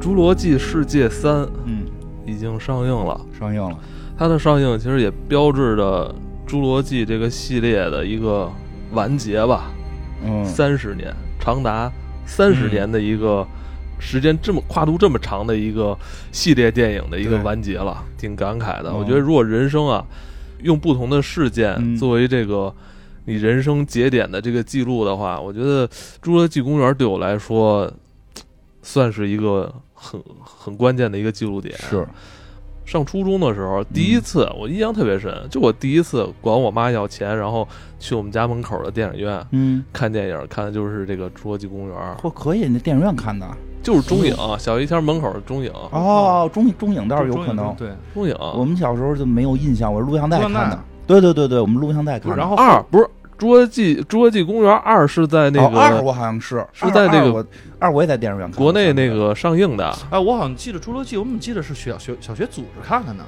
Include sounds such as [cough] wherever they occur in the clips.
侏罗纪世界三》嗯，已经上映了，上映了，它的上映其实也标志着《侏罗纪》这个系列的一个完结吧，嗯，三十年，长达三十年的一个时间，这么跨度这么长的一个系列电影的一个对完结了，挺感慨的。嗯我觉得如果人生啊，用不同的事件嗯作为这个你人生节点的这个记录的话，我觉得《侏罗纪公园》对我来说，算是一个很很关键的一个记录点。是，嗯上初中的时候，第一次我印象特别深，就我第一次管我妈要钱，然后去我们家门口的电影院。嗯，看电影看的就是这个《侏罗纪公园》，可可以，那电影院看的就是中影小一天门口的中影，哦，中中影倒是有中可能。对，中影我们小时候就没有印象，我是录像带录像看带的。对对对对，我们录像带看的。然后二不是《侏罗纪侏罗纪公园二》是在那哦，二个我好像是是在那那个二我也在电影院看的，国内那个上映的，哎，我好像记得《侏罗纪》，我怎么记得是学学小学组织看看呢？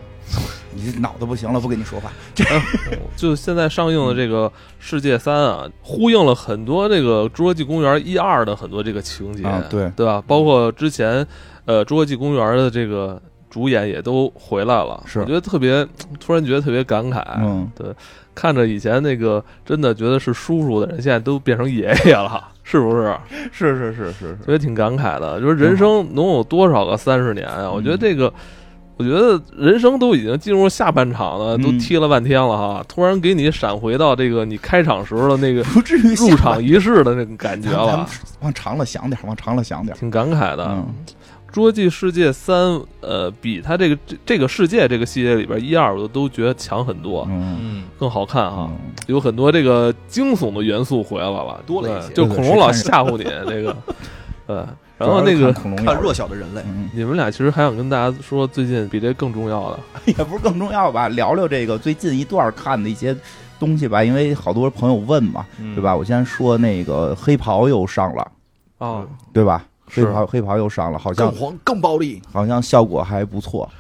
你这脑子不行了，不跟你说话。嗯就现在上映的这个《世界三》啊，呼应了很多这个《侏罗纪公园》一二的很多这个情节啊，对对吧？包括之前呃《侏罗纪公园》的这个主演也都回来了，是我觉得特别，突然觉得特别感慨，嗯，看着以前那个真的觉得是叔叔的人，现在都变成爷爷 [laughs] 了，是不是？是是是是觉得挺感慨的。就是人生能有多少个三十年啊？嗯我觉得这个，我觉得人生都已经进入下半场了，嗯都踢了半天了哈，突然给你闪回到这个你开场时候的那 [laughs] 个不至于入场仪式的那个感觉咱们了，往长了想点儿，往长了想点儿。挺感慨的。嗯， 《侏罗纪世界三》呃，比它这个这这个世界这个系列里边一二，我都觉得强很多，嗯嗯，更好看哈。嗯，有很多这个惊悚的元素回来了，多了一对些就对对恐龙老是吓唬你这个，呃，然后那个主要是看恐龙咬看弱人，小的人类，嗯，你们俩其实还想跟大家说，最近比这更重要的， [laughs] 也不是更重要吧？聊聊这个最近一段看的一些东西吧，因为好多朋友问嘛，嗯对吧？我先说那个黑袍又上了，嗯哦，对吧？黑是袍黑袍又上了，好更像黄更暴力，好像效果还不错。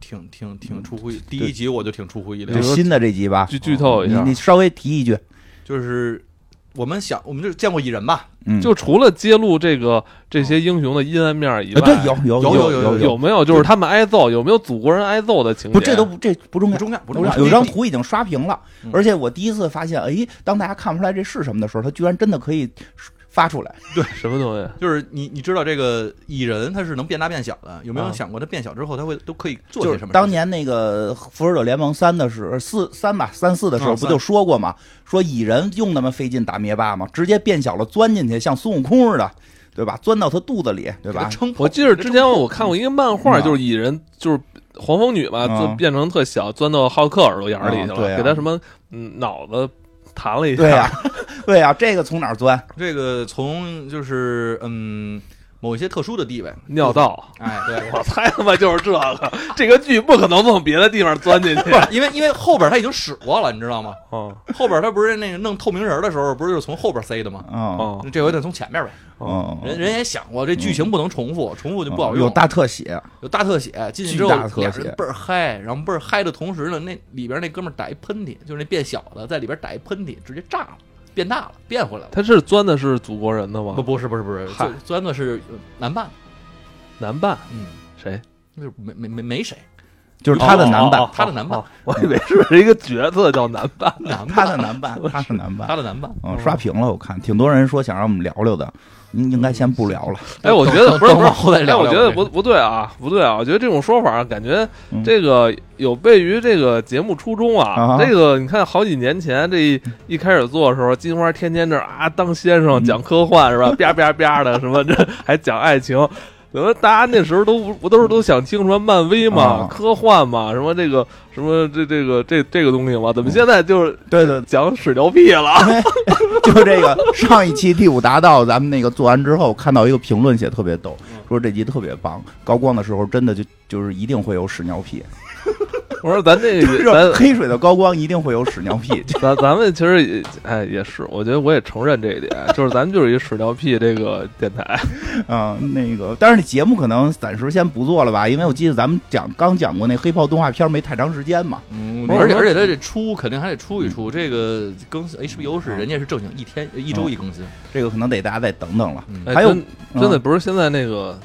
挺挺挺出嗯乎意，第一集我就挺出乎意料就对，新的这集吧，剧剧透一你下哦你，稍微提一句，就是我们想，我们就见过蚁人吧，嗯，就除了揭露这个这些英雄的阴暗面以啊外，对，有有有有有有有有没有就是他们挨揍，有没有祖国人挨揍的情节？不，这都不这不重不要。重要，不有重要。张有张图已经刷屏了嗯，而且我第一次发现，哎，当大家看不出来这是什么的时候，它居然真的可以发出来。什么东西？就是你你知道这个蚁人他是能变大变小的，有没啊有想过他变小之后他会都可以做嗯就些是什么事情？当年那个《复仇者联盟三》的时候，四三吧三四的时候啊不三就说过吗？说蚁人用那么费劲打灭霸吗？直接变小了，钻进去，像孙悟空似的，对吧？钻到他肚子里，对给他吧？撑破，我记得之前我看过一个漫画，嗯就是蚁人，就是黄蜂女嘛，嗯就变成特小，钻到浩克耳朵眼儿里去嗯对了，啊给他什么嗯脑子弹了一 [laughs] 对啊下呀、， [laughs] 对呀、这个从哪儿钻？这个从就是嗯某一些特殊的地位，尿道。哎，对， [laughs] 我猜他妈就是这个，这个剧不可能从别的地方钻进去。因为因为后边他已经使过了，你知道吗？哦后边他不是那个弄透明人的时候，不是就是从后边塞的吗？嗯哦那这回得从前面呗。嗯，哦人人也想过，这剧情不能重复，重复就不好用。有大特写，有大特写，进去之巨后大特俩写人倍儿嗨，然后倍儿嗨的同时呢，那里边那哥们儿打一喷嚏，就是那变小的在里边打一喷嚏，直接炸了，变大了，变回来了。他是钻的是祖国人的吗哦不，？不是，不是，不是，嗨钻钻的是呃男扮，男扮嗯，谁？就是没没没没谁，就是他的男哦版哦哦，他的男扮哦我以为是一个角色叫男扮。男他扮，的男 [laughs] 版，他的男版他。的男扮。嗯，刷屏了，我看挺多人说想让我们聊聊的，应应该先不聊 [laughs] 了。哎，我觉得等不是不等会是儿后再哎，聊我聊觉这个。得不不对啊，不对啊！我觉得这种说法感觉嗯这个有悖于这个节目初衷啊。啊这个你看，好几年前这嗯一一开始做的时候，金花天天这儿啊当先生讲科幻是吧？啪啪啪的什么这还讲爱情。怎么大家那时候都不不都是都想听什么漫威嘛、啊科幻嘛、什么这个什么这这个这这个东西嘛？怎么现在就是对对，讲屎尿屁了？ [laughs] [laughs] 就这个上一期《第五大道》，咱们那个做完之后，看到一个评论写得特别逗，嗯说这集特别棒，高光的时候真的就就是一定会有屎尿屁，我说咱 [laughs] 这就是个咱黑水的高光一定会有屎尿屁。 [laughs] [laughs] 咱咱们其实也哎也是，我觉得我也承认这一点，就是咱们就是一屎尿屁这个电台，啊、那个，但是那节目可能暂时先不做了吧，因为我记得咱们讲刚讲过那黑豹动画片没太长时间嘛。嗯不是而且我而且他这出肯定还得出一出，这个更新 HBO 是人家是正经一天一周一更新，这个可能得大家再等等了。嗯哎、还有真真的嗯不是现在那个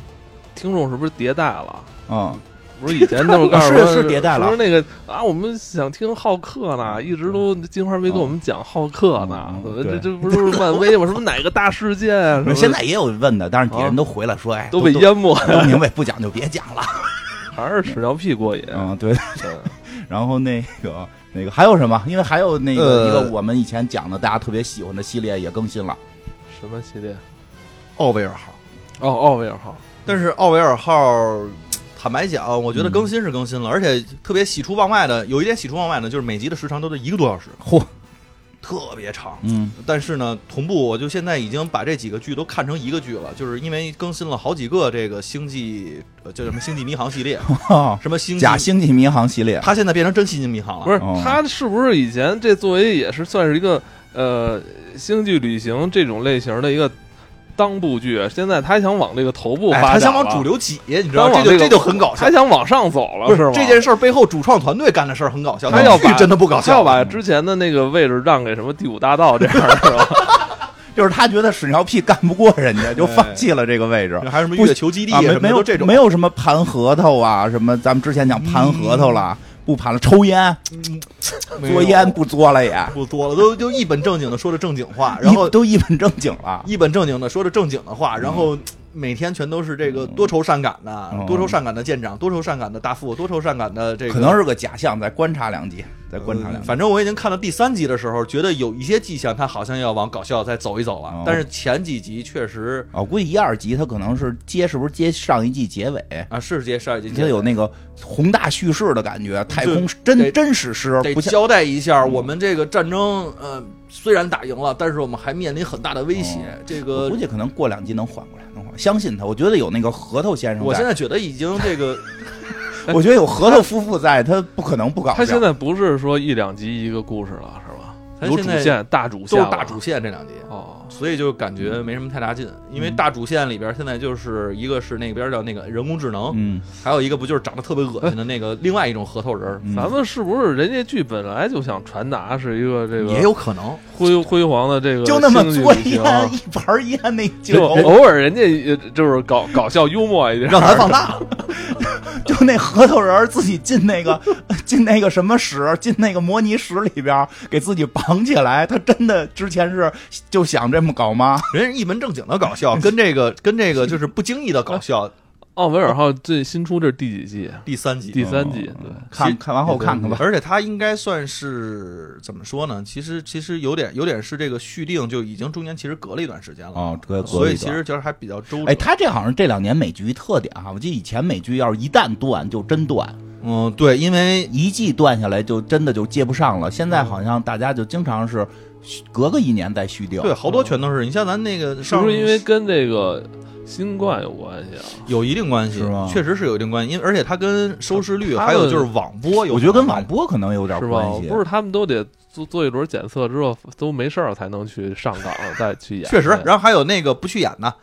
听众是不是迭代了？嗯，不是以前都是告诉 [laughs] 是我是迭代了说那个啊，我们想听浩克呢，一直都金花没给我们讲浩克呢嗯，嗯呃这对这不是漫威吗？什么哪个大事件啊？什么现在也有问的，但是底下人都回来说，哎，都都被淹没，都明白，不讲就别 [laughs] 讲了。还是屎尿屁过瘾？嗯，对。嗯然后那个 [laughs] 那个还有什么？因为还有那个呃一个我们以前讲的大家特别喜欢的系列也更新了。什么系列？奥维尔号。哦，奥维尔号，但是奥维尔号，坦白讲，我觉得更新是更新了，而且特别喜出望外的，有一点喜出望外的，就是每集的时长都是一个多小时，嚯，特别长。嗯但是呢，同步我就现在已经把这几个剧都看成一个剧了，就是因为更新了好几个这个星际，呃叫什么星际迷航系列， [laughs] 哦什么星际假，星际迷航系列，它现在变成真星际迷航了。不是哦他是不是以前这作为也是算是一个呃星际旅行这种类型的一个裆部剧？现在他想往这个头部哎，发展，他想往主，流挤，你知他道吗？往这就个这就很搞笑他。想往上走了不是吗？这件事儿背后主创团队干的事儿很搞笑，他但要 [laughs] 剧把真的不搞他笑要。把之前的那个位置让给什么第五大道这 [laughs] 样的是吧？就是他觉得屎尿屁干不过人 [laughs] 家，就放弃了这个位置。还有什么不月球基地啊，没什么没的，有都这种没有什么盘核桃啊，什么咱们之前讲盘核桃了，不盘了，抽烟嗯没有嘬烟不嘬了也，不多了，都就一本正经的说着正经话，然后一都一嗯本正经了。一本正经的说着正经的话，然后每天全都是这个多愁善感的、嗯多愁善感的舰长，多愁善感的大副，多愁善感的这个。可能是个假象，再观察两集，再观察嗯两集。反正我已经看到第三集的时候，觉得有一些迹象，他好像要往搞笑再走一走了。哦但是前几集确实啊，我估计一二集他可能是接，是不是接上一季结尾？啊，是这些事儿已经它有那个宏大叙事的感觉，太空得真真史诗，得不像嗯交代一下，我们这个战争，呃，虽然打赢了，但是我们还面临很大的威胁。哦这我个估，计可能过两集能缓过来，能缓。相信他，我觉得有那个核桃先生我现在，在觉得已经这个我觉得有核桃夫妇在，他不可能不搞笑。他现在不是说一两集一个故事了是吧？他有现主在线，大主都线是了，大主线这两集。哦，所以就感觉没什么太大劲，因为大主线里边现在就是一个是那边叫那个人工智能，嗯，还有一个不就是长得特别恶心的那个另外一种核桃人儿，嗯咱们是不是人家剧本来就想传达是一个这也个有可能。辉辉煌的这个就那么星际嘬旅行啊烟一盘烟那就酒，偶尔人家也就是搞搞笑幽默一点，让咱放大了， [laughs] 就那核桃仁儿自己进那个 [laughs] 进那个什么室，进那个模拟室里边儿给自己绑起来。他真的之前是就想这么搞吗？人家一本正经的搞笑，跟这个跟这个就是不经意的搞笑。奥维尔号最新出这是第几季？啊第三集，第三季哦对看看完后看看吧。而且它应该算是怎么说呢？其实其实有点有点是这个续订就已经中间其实隔了一段时间了，哦，这个所以其实觉得还比较周折。哎，他这好像这两年美剧一特点哈、啊我记得以前美剧要是一旦断就真断，嗯，对，因为一季断下来就真的就接不上了。现在好像大家就经常是隔个一年再续订。对好多全都是你像咱那个是上不是因为跟这个新冠有关系啊？有一定关系是吗，确实是有一定关系，因为而且它跟收视率它还有就是网播有，我觉得跟网播可能有点是吧关？系。不是，他们都得做做一轮检测之后都没事儿才能去上岗再去演，确实，对然后还有那个不去演的，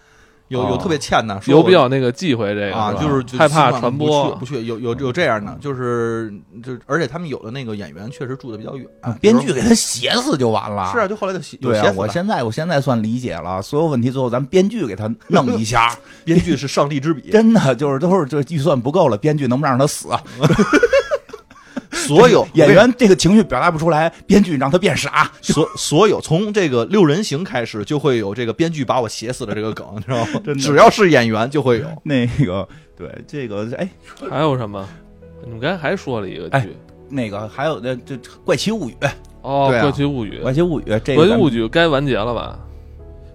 有哦有特别欠的，说有我比较那个忌讳这个啊，吧就是就害怕希望传不播去不去有有有这样的，就是就而且他们有的那个演员确实住的比较远，啊编剧给他写死就完了。是啊，就后来就写有对写啊，死我了现在我现在算理解了，所有问题最后咱们编剧给他弄一 [laughs] 下， [laughs] 编剧是上帝之笔，真的就是都是这预算不够了，编剧能不能让他死？ [laughs] 啊所 [laughs] 有 [laughs] 演员这个情绪表达不出来，编剧让他变傻。 [laughs] [laughs] 所所有从这个六人行开始就会有这个编剧把我写死的这个梗，你知道 [laughs] 吗？真的只要是演员就会有，那个对这个哎，还有什么？你们刚才还说了一个哎剧那个还有那这《怪奇物语》哦，对《啊怪奇物语》《《怪奇物语》这怪个奇咱物语》该完结了吧？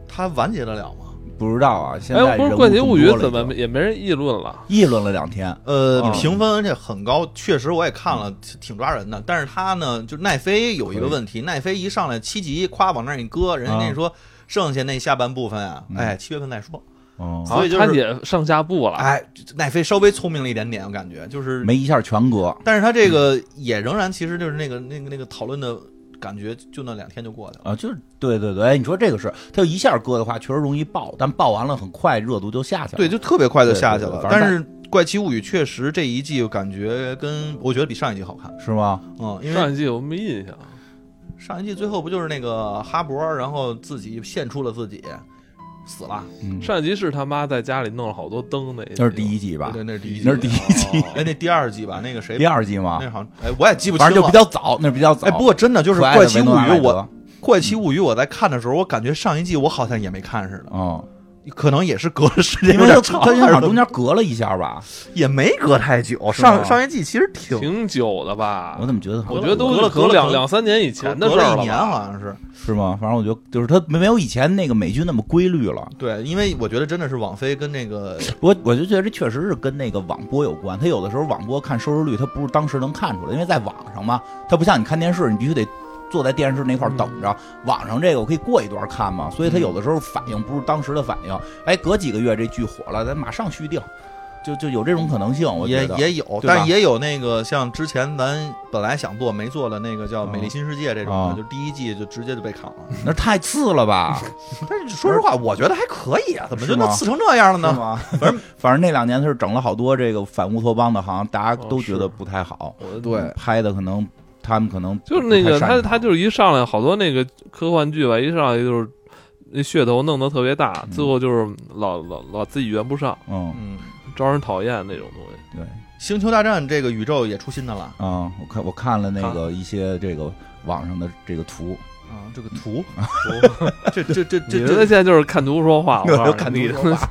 他完结得了吗？不知道啊，现在哎，不是人《物怪奇物语更多》了怎么已经也没人议论了？议论了两天？呃啊，评分而且很高，确实我也看嗯了，挺挺抓人的。但是他呢，就奈飞有一个问题，奈飞一上来七集，夸往那儿一搁，人家跟你说剩下那下半部分啊，啊嗯哎，七月份再说。哦所以就啊是他也上下部了，哎，奈飞稍微聪明了一点点，我感觉就是，没嗯一下全割。但是他这个也仍然其实就是那个那个那个讨论的感觉，就那两天就过去啊，了。就是对对对，哎你说这个是，他要一下割的话，确实容易爆，但爆完了很快热度就下去了。对，就特别快就下去了对对。对但是《怪奇物语》确实这一季我感觉跟我觉得比上一季好看，是吗？嗯，因为上一季我没印象。上一季最后不就是那个哈勃，然后自己献出了自己，死了。嗯，上一集是他妈在家里弄了好多灯那一集，那是第一季吧对，？那是第一，那是第一季，哎，那第二季吧，那个谁第，二季吗那？是好像，哎，我也记不清反正就比了。较早，那比较早。哎，不过真的就是《可爱的怪奇维物诺纳语》，赖德我《怪奇物语》我在看的时候，我感觉上一季我好像也没看似的，嗯，可能也是隔了时间因为有他点长，他好像还是中间隔了一下吧，也没隔太久。是吗上上一季其实挺挺久的吧我？怎么觉得好我觉得都隔了是隔了两隔了两三年以前的隔事了儿一了年吧。好像是。是吗？反正我觉得就是他没有以前那个美剧那么规律了。对，因为我觉得真的是网飞跟 [laughs] 那个我我就觉得这确实是跟那个网播有关。他有的时候网播看收视率，他不是当时能看出来，因为在网上嘛，他不像你看电视，你必须得坐在电视那块儿等着。嗯网上这个我可以过一段看嘛，所以他有的时候反应不是当时的反应。哎，隔几个月这剧火了，咱马上续订，就就有这种可能性。我也觉得也有，对吧但也有那个像之前咱本来想做没做的那个叫《美丽新世界》这种的，啊就第一季就直接就被 [laughs] 砍了。那太次了 [laughs] 吧？ [laughs] 但是说实话，我觉得还可以啊，怎么是就能吗刺成这样了是呢？吗？反正反正那两年他是整了好多这个反乌托邦的，好像大哦家都觉得不太好。嗯我对，拍的可能他们可能就是那个不太擅他长他就是一上来好多那个科幻剧吧，一上来就是那噱头弄得特别大，最后就是老老老自己圆不上，嗯嗯，招人讨厌那种东西。对。 《星球大战》这个宇宙也出新的了啊、我看我看了那看个一些这个网上的这个图，啊，这个 [laughs] 图，哦这这这你这觉得这现在就是看图说话，我告我诉看图你，说话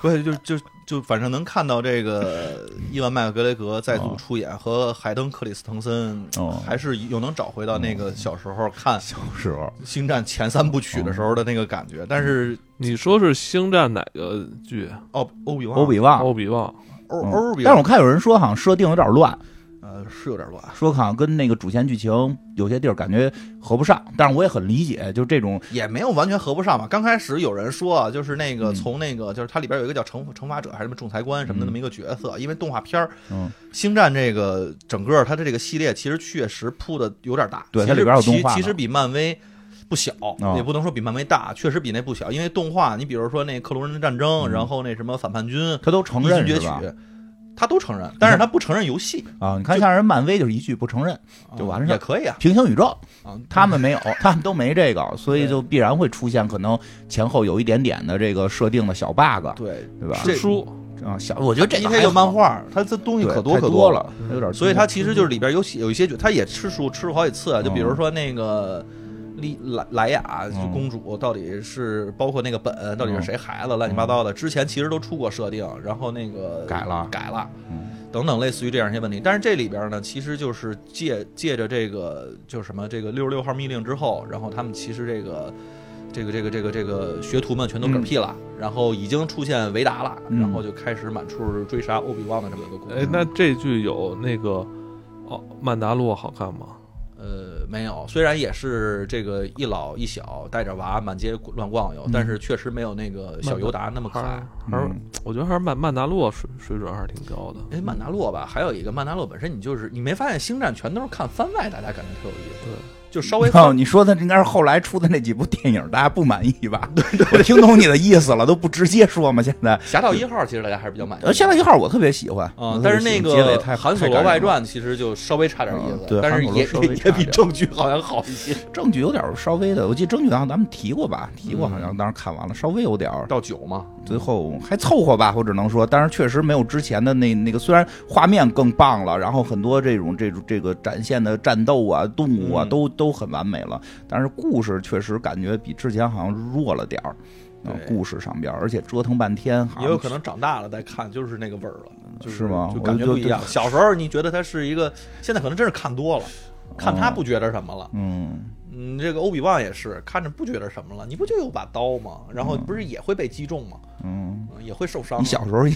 不是就就就反正能看到这个伊万麦克格雷格再啊度出演和海登克里斯滕森，哦还是有能找回到那嗯个小时候看《时候星战》前三部曲的时候的那个感觉，但是 [laughs] 你说是《星战》哪个剧？奥哦欧比欧比旺旺，欧比旺。欧嗯欧比但是我旺，看有人说好像设定有点乱，呃，是有点乱，说好像跟那个主线剧情有些地儿感觉合不上，但是我也很理解，就这种也没有完全合不上吧。刚开始有人说啊，就是那个嗯从那个就是它里边有一个叫惩惩罚者还是什么仲裁官什么的嗯那么一个角色，因为动画片儿嗯《星战》这个整个它的这个系列其实确实铺的有点大，对其它实里边有动画其呢啊其实比漫威。不小，也不能说比漫威大，确实比那不小。因为动画，你比如说那克隆人的战争，嗯然后那什么反叛军、他都承异认军崛是起吧？，他都承认，但是他不承认游戏，啊，你看就像人漫威就是一句不承认就啊完事儿也可以啊。平行宇宙，啊，他们 [laughs] 没有，他们都没这个，所以就必然会出现可能前后有一点点的这个设定的小 bug，对，对吧？这书啊，小我觉得这一个天还就好漫画，它这东西对可多太可多多。了，有点，所以它其实就是里边有喜有一些角，它也吃书吃了好几次啊，就哦比如说那个丽莱莱雅就嗯公主到底是包括那个本到底哦是谁孩子，乱七八糟的，之前其实都出过设定，然后那个嗯改了改了嗯等等，类似于这样一些问题。但是这里边呢，其实就是借借着这个就是什么这个六十六号密令之后，然后他们其实这个。这个这个这个这个学徒们全都嗝屁了，然后已经出现维达了，嗯然后就开始满处追杀欧比旺的这么一个故事。哎，那这剧有那个哦，曼达洛好看吗？呃，没有，虽然也是这个一老一小带着娃满街乱逛悠，但是确实没有那个小尤达那么可还爱是。还是嗯我觉得还是曼曼达洛水水准还是挺高的。哎，曼达洛吧，还有一个曼达洛本身，你就是你没发现星战全都是看番外，大家感觉特有意思，对，就稍 [laughs] 微哦，你说的应该是后来出的那几部电影，大家不满意吧？对对我听懂你的意思了，都不直接说嘛。现在，侠盗一号，其实大家还是比较满意的。呃，下面一号我特别喜欢，啊、我特但别是那喜欢结尾个太《韩索罗外太感人了传》其实就稍微差点意思，嗯对但是也韩索罗稍微也差比点正剧好像好一 [laughs] 些。证据有点稍微的，我记得证据好像咱们提过吧，提过嗯好像当时看完了，稍微有点儿到九嘛，最后还凑合吧，我只能说，但是确实没有之前的那那个，虽然画面更棒了，然后很多这种这种这个展现的战斗啊、动物啊嗯都都很完美了，但是故事确实感觉比之前好像弱了点儿。呃对故事上边儿，而且折腾半天，好像也有可能长大了再看就是那个味儿了，就是吗就感觉我就不一样。小时候你觉得它是一个，现在可能真是看多了，看他不觉得什么了。嗯，嗯，这个欧比旺也是看着不觉得什么了，你不就有把刀吗？然后不是也会被击中吗？嗯，嗯也会受伤吗。你小时候一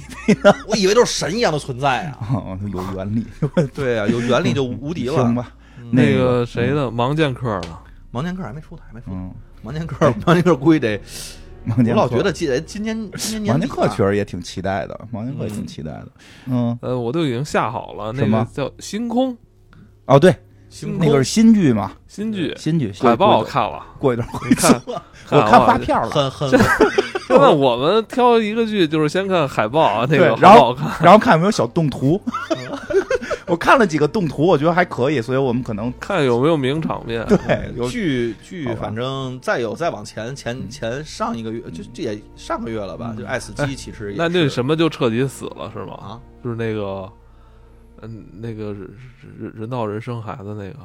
我以为都是神一样的存在 [laughs] 啊。定 [laughs] 有原理，对啊，有原理就无 [laughs] 敌了嗯行。吧？那个，个谁的盲剑客呢？盲剑客还没出呢，还没出呢。嗯，盲剑客，盲剑客估计得，王我建老克觉得今今年今年王建年底克吧确实也挺期待的，王建克也挺期待的。嗯，呃，我都已经下好了，那什个么叫《星空》哦对，星那个是新剧嘛，新剧，新剧海报我过一看 [laughs] 了，过一段会你看，我看了发。票了，很很现在我们挑一个剧，就是先看海报啊，那对个然好后不好看？然后看有没有小动图。 [laughs] 我看了几个动图，我觉得还可以，所以我们可能看有没有名场面。对有剧剧好，吧反正再有再往前前嗯前上一个月，就这也上个月了吧？嗯就爱死机其实也那那是什么就彻底死了是吗？啊？就是那个，嗯，那个人人人造人生孩子那个，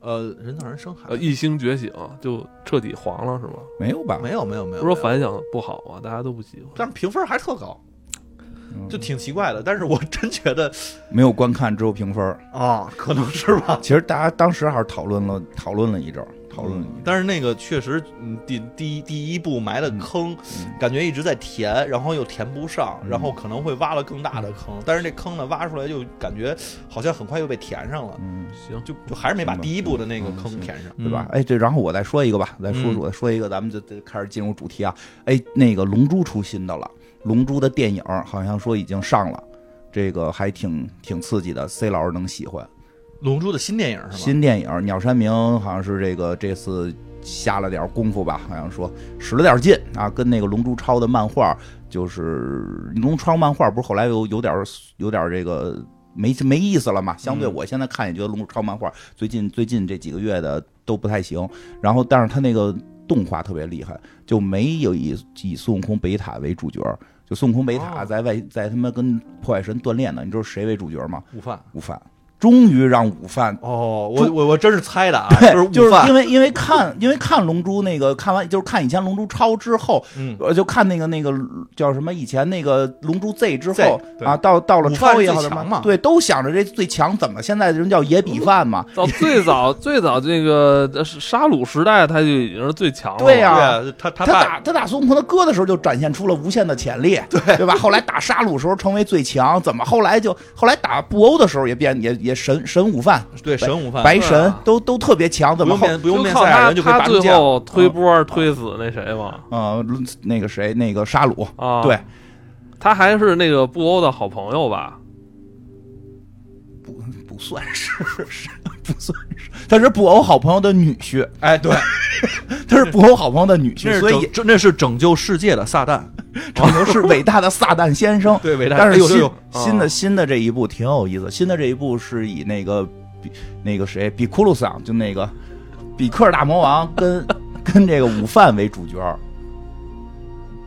呃，人造人生孩呃，子一星觉醒就彻底黄了是吗？没有吧？没有没有没不有，是说没有，反响不好啊，大家都不喜欢。但是评分还特高，嗯就挺奇怪的。但是我真觉得没有观看，只有评分。啊，可能是吧。其实大家当时还是讨论了，讨论了一阵儿，讨论了一阵但是那个确实，嗯，第第一第一步埋的坑，儿。感觉一直在填，然后又填不上，嗯然后可能会挖了更大的坑。但是这坑呢，挖出来就感觉好像很快又被填上了，嗯，嗯行，就就还是没把行吧第一步的那个嗯坑行填上，对吧？？哎，这然后我再说一个吧，再说嗯我再说一个，咱们就就开始进入主题啊。哎，那个《龙珠》出新的了，《龙珠》的电影好像说已经上了，这个还挺挺刺激的，C 老师能喜欢。龙珠的新电影是吗？新电影《鸟山明》好像是这个这次下了点功夫吧，好像说使了点劲啊，跟那个《龙珠超》的漫画就是《龙珠超》漫画不是后来有有点有点这个没没意思了嘛？相对嗯我现在看也觉得《龙珠超》漫画最近最近这几个月的都不太行，然后但是他那个动画特别厉害，就没有以以孙悟空、北塔为主角。就孙悟空、北塔哦在外在他妈跟破坏神锻炼呢，你知道谁为主角吗？午饭。午饭，终于让午饭哦，我就我我真是猜的啊，对，是午饭，因为因为看因为看《龙珠》那个看完就是看以前《龙珠超》之后，嗯，呃，就看那个那个叫什么以前那个《龙珠 Z》之后 Z，对啊，到到了午饭超是也最好什强么嘛，对，都想着这最强怎么现在人叫野比饭嘛，嗯到最早 [laughs] 最早这个呃沙鲁时代，他就已经是最强了嘛。对呀对，啊他他啊他爸打他打孙悟空的哥的时候，就展现出了无限的潜力，对对吧？后来打沙鲁时候成为最强，怎么后来就后来打布欧的时候也变也也神神午饭、对神午饭，白对啊神都都特别强，怎不么后用面不就用面靠赛亚他人就可以他拔出最剑，啊后推波推死那谁嘛呃那个谁那个沙鲁，啊？对，他还是那个布欧的好朋友吧？不不算是，是不算是，他是布偶好朋友的女婿，[laughs] 哎，对，他是布偶好朋友的女那婿，是所以拯这那是拯救世界的撒旦，可能是伟大的撒旦先生。 [laughs] 对伟大，但是哎呦新、呦呦新的啊新的这一部挺有意思，新的这一部是以那个比那个谁比库鲁桑，就那个比克大魔王跟 [laughs] 跟这个午饭为主角，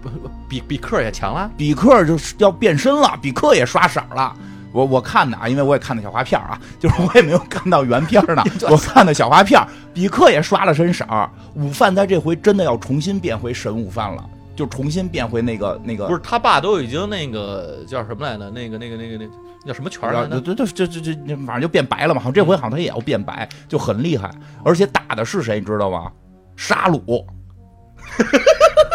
呦比比克也强了，比克就是要变身了，比克也刷色儿了。我我看的啊，因为我也看的小花片儿啊， [laughs] 就是我也没有看到原片儿 [laughs] 呢，我看的小花片儿。比克也刷了身色儿，午饭他这回真的要重新变回神午饭了，就重新变回那个那个不是他爸都已经那个叫什么来着？那个那个那个那那叫什么圈儿来这着？这这这这这反正就变白了嘛。好像这回嗯好像他也要变白，就很厉害，而且打的是谁你知道吗？沙鲁，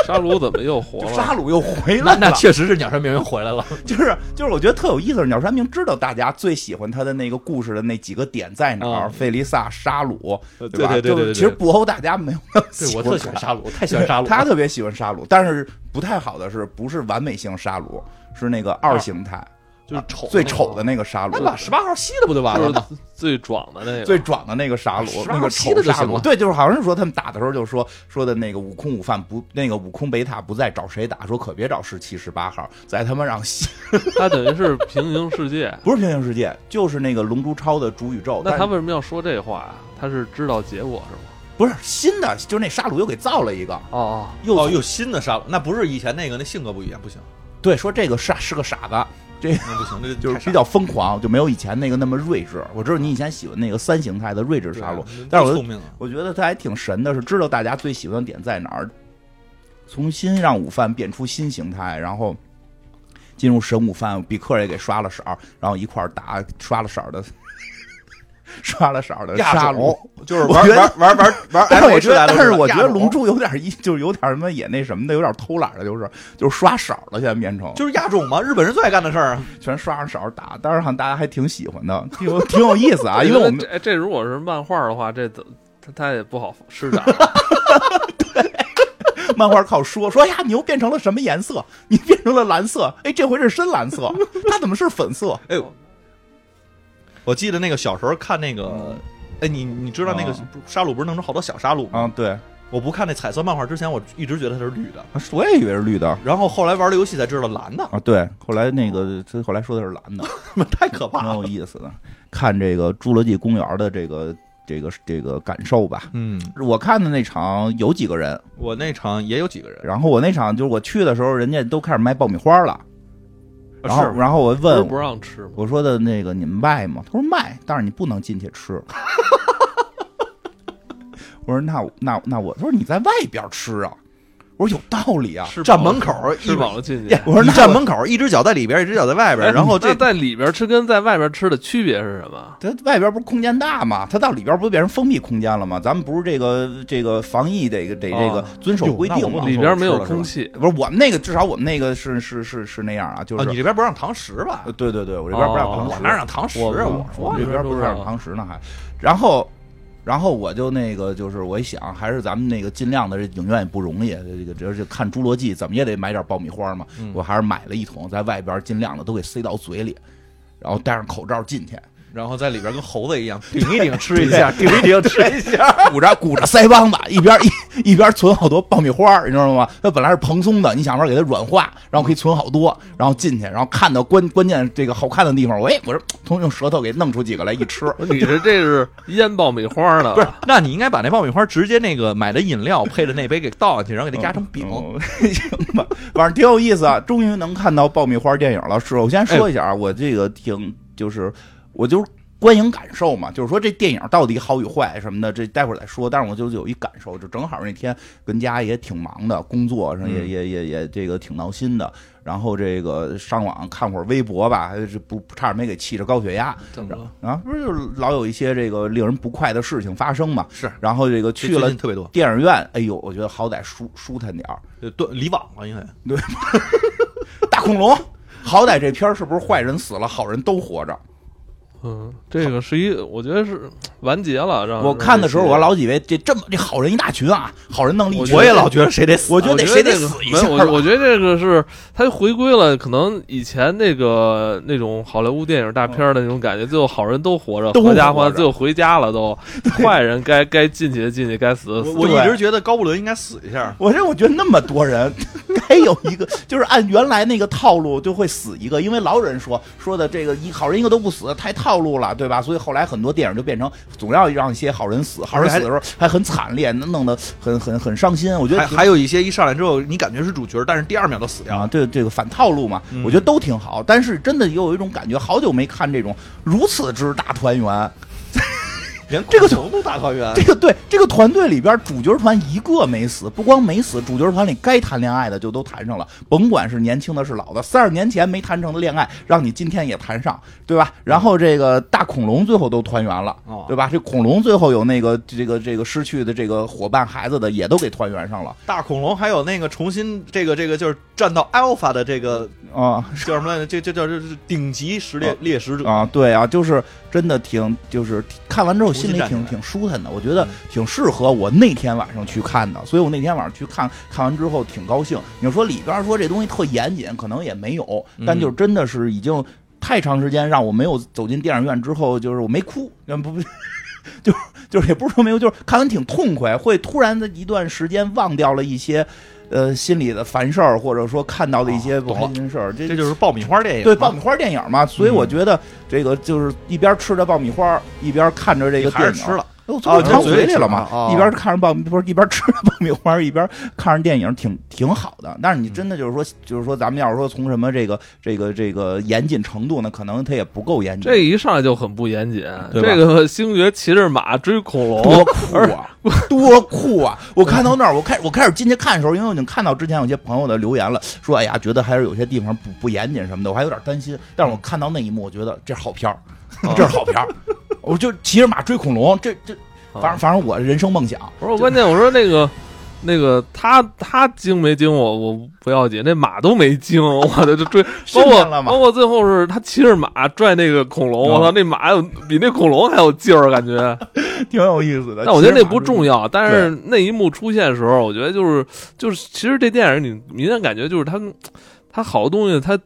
沙鲁怎么又活了？沙鲁又回来那了。那确实是鸟山明又回 [laughs] 来了，就是就是，我觉得特有意思。鸟山明知道大家最喜欢他的那个故事的那几个点在哪儿，嗯费利萨、沙鲁，对吧？对对对就是对其实布欧大家没有那么对我欢特喜欢沙鲁，我太喜欢沙鲁了，他特别喜欢沙鲁，但是不太好的是，不是完美型沙鲁，是那个二形态，就是丑最丑的那个沙鲁啊哦那，把十八号吸了不就完了就吗？是最壮的那个，最壮的那个沙鲁，是吧那个吸丑的就沙行鲁。了对，就是好像是说他们打的时候就说说的那个悟空午饭不，那个悟空北塔不在，找谁打？说可别找十七、十八号，再他妈让西。他等于是平行世 [laughs] 界不是平行世界，就是那个龙珠超的主宇宙。那但他为什么要说这话呀？啊他是知道结果是吗？不是新的，就是那沙鲁又给造了一个，哦哦，又、哦，有新的沙鲁，那不是以前那个，那性格不一样，不行，对说这个傻是个傻子，那不行，那就是太傻比较疯狂，就没有以前那个那么睿智。我知道你以前喜欢那个三形态的睿智对沙鲁，那但是太我聪明了，我觉得他还挺神的，是知道大家最喜欢的点在哪儿，重新让午饭变出新形态，然后进入神午饭，比克也给刷了色儿，然后一块儿打刷了色儿的。 [laughs] 刷了色儿的沙亚鲁种，就是我玩觉得玩玩玩玩 [laughs] 但是我 F 觉 H 得，来了，但是我觉得亚种龙珠有点一，就是有点什么也那什么的，有点偷懒的，就是就是刷色儿了，现在变成就是亚种嘛，日本人最爱干的事儿 [laughs] 啊。全刷上色儿打，但是好像大家还挺喜欢的，挺有挺有意思 [laughs] 啊，因为这我们这这如果是漫画的话，这怎他他也不好施 [laughs] 展。漫画靠说说哎呀，你又变成了什么颜色？你变成了蓝色，哎，这回是深蓝色，它怎么是粉色？哎呦，我记得那个小时候看那个，哎，你你知道那个嗯啊不沙鲁不是弄出好多小沙鲁吗？啊，对，我不看那彩色漫画之前，我一直觉得它是绿的，啊我也以为是绿的然后后来玩了游戏才知道蓝的，啊，对，后来那个他后来说的是蓝的，太可怕蛮了。有意思的。看这个《侏罗纪公园》的这个这个这个感受吧。嗯，我看的那场有几个人，我那场也有几个人，然后我那场就是我去的时候，人家都开始卖爆米花啊了。然后，然后我不是问不让吃吗？我说的那个你们卖吗？他说卖，但是你不能进去吃。 [laughs] 我说那我那那我他说你在外边吃啊？我说有道理 [laughs] 啊。吃饱站了门口一吃饱了 [laughs] 进去。我说你站门口，一只脚在里边，一只脚在外边，哎然后这那在里边吃跟在外边吃的区别是什么？它外边不是空间大吗？它到里边不就变成封闭空间了吗？咱们不是这个这个防疫得得这个哦遵守啊哟规那定我吗不？里边没有空气，不是我们那个，至少我们那个是是是是那样啊，就是、啊，你这边不让堂食吧呃？对对对，我这边不让哦堂食，我那让堂食，啊我我我说啊这边不是让堂食呢还，然后。然后我就那个，就是我一想，还是咱们那个尽量的，这影院也不容易，这个这这看《侏罗纪》怎么也得买点爆米花嘛。嗯我还是买了一桶，在外边尽量的都给塞到嘴里，然后戴上口罩进去，然后在里边跟猴子一样顶一顶吃一 [laughs] 下，顶一顶吃一下，哎鼓着鼓着腮帮子，一边一一边存好多爆米花，你知道吗？它本来是蓬松的，你想法给它软化，然后可以存好多，然后进去，然后看到关关键这个好看的地方，我哎，我说从用舌头给弄出几个来一吃，不是你这这是腌爆米花呢？不是，那你应该把那爆米花直接那个买的饮料配着那杯给倒进去，然后给它压成饼。嗯 [laughs] 行吧，反正挺有意思啊，终于能看到爆米花电影了。是我先说一下哎啊，我这个挺就是我就是观影感受嘛，就是说这电影到底好与坏什么的，这待会儿再说。但是我就有一感受，就正好那天跟家也挺忙的，工作上也嗯也也也这个挺闹心的。然后这个上网看会儿微博吧，这不差点没给气着高血压怎么了？啊！不是就是老有一些这个令人不快的事情发生嘛？是然后这个去最了近特别多，电影院，哎呦，我觉得好歹舒舒坦 [laughs] 点儿。呃断离网了，因为大恐龙。好歹这片儿是不是坏人死了，好人都活着？嗯，这个是一，我觉得是完结了。让我看的时候，让我这老以为这这么这好人一大群啊，好人弄了一群，我也老觉得谁得死，我觉得得啊我谁觉得这个死一没下有我我吧。觉得这个是它回归了，可能以前那个那种好莱坞电影大片儿的那种感觉，最后好人都活着，都合家活欢，着最后回家了都，坏人该该进去的进去，该死的死。我对一直觉得高布伦应该死一下。我这我觉得那么多人， [laughs] 该有一个就是按原来那个套路就会死一个，因为老有人说说的这个一好人一个都不死，太套路了，对吧？所以后来很多电影就变成总要让一些好人死，好人死的时候还很惨烈，弄弄得很很很伤心。我觉得还挺还有一些一上来之后，你感觉是主角，但是第二秒就死掉了。啊，这这个反套路嘛，嗯我觉得都挺好。但是真的又有一种感觉，好久没看这种如此之大团嗯圆。连这个恐龙都大团圆这个对这个团队里边，主角团一个没死，不光没死，主角团里该谈恋爱的就都谈上了，甭管是年轻的是老的，三十年前没谈成的恋爱，让你今天也谈上，对吧？然后这个大恐龙最后都团圆了。哦对吧？这恐龙最后有那个这个这个失去的这个伙伴孩子的也都给团圆上了大恐龙还有那个重新这个这个就是站到 alpha 的这个啊！叫什么来着？这这叫这是顶级食猎哦猎食者。啊，对啊，就是真的挺，就是看完之后心里重新站起挺来挺舒坦的，我觉得嗯挺适合我那天晚上去看的，所以我那天晚上去看看完之后挺高兴。你要说里边说这东西特严谨，可能也没有，但嗯就是真的是已经太长时间让我没有走进电影院之后，就是我没哭，那不 [laughs] 不。就就是也不是说没有，就是看完挺痛快，会突然的一段时间忘掉了一些，呃，心里的烦事儿，或者说看到的一些哦不懂开了心事儿，这这就是爆米花电影嘛，对爆米花电影嘛，所以我觉得这个就是一边吃着爆米花，一边看着这你个还电是影。吃了，哎，我从哦汤你嘴里了嘴里吃了嘛，哦一边看着爆米，不是一边吃着爆米花，一边看着电影，挺挺好的。但是你真的就是说，就是说，咱们要是说从什么这个这个这个严谨程度呢，可能它也不够严谨。这一上来就很不严谨，对吧这个星爵骑着马追恐龙 [laughs] 多，酷啊！多酷啊！我看到那儿，我开我开始进去看的时候，因为我已经看到之前有些朋友的留言了，说哎呀，觉得还是有些地方不不严谨什么的，我还有点担心。但是我看到那一幕，我觉得这是好片儿， [laughs] 这是好片儿。我就骑着马追恐龙，这这啊反正反正我人生梦想。不是，关键我说那个。那个他他惊没惊我我不要紧，那马都没惊，我的就追，包训括练了嘛包括最后是他骑着马拽那个恐龙，嗯我操，那马有比那恐龙还有劲儿，感觉。 [laughs] 挺有意思的但我觉得那不重要，但是那一幕出现的时候，我觉得就是就是，其实这电影你明显感觉就是它它好多东西它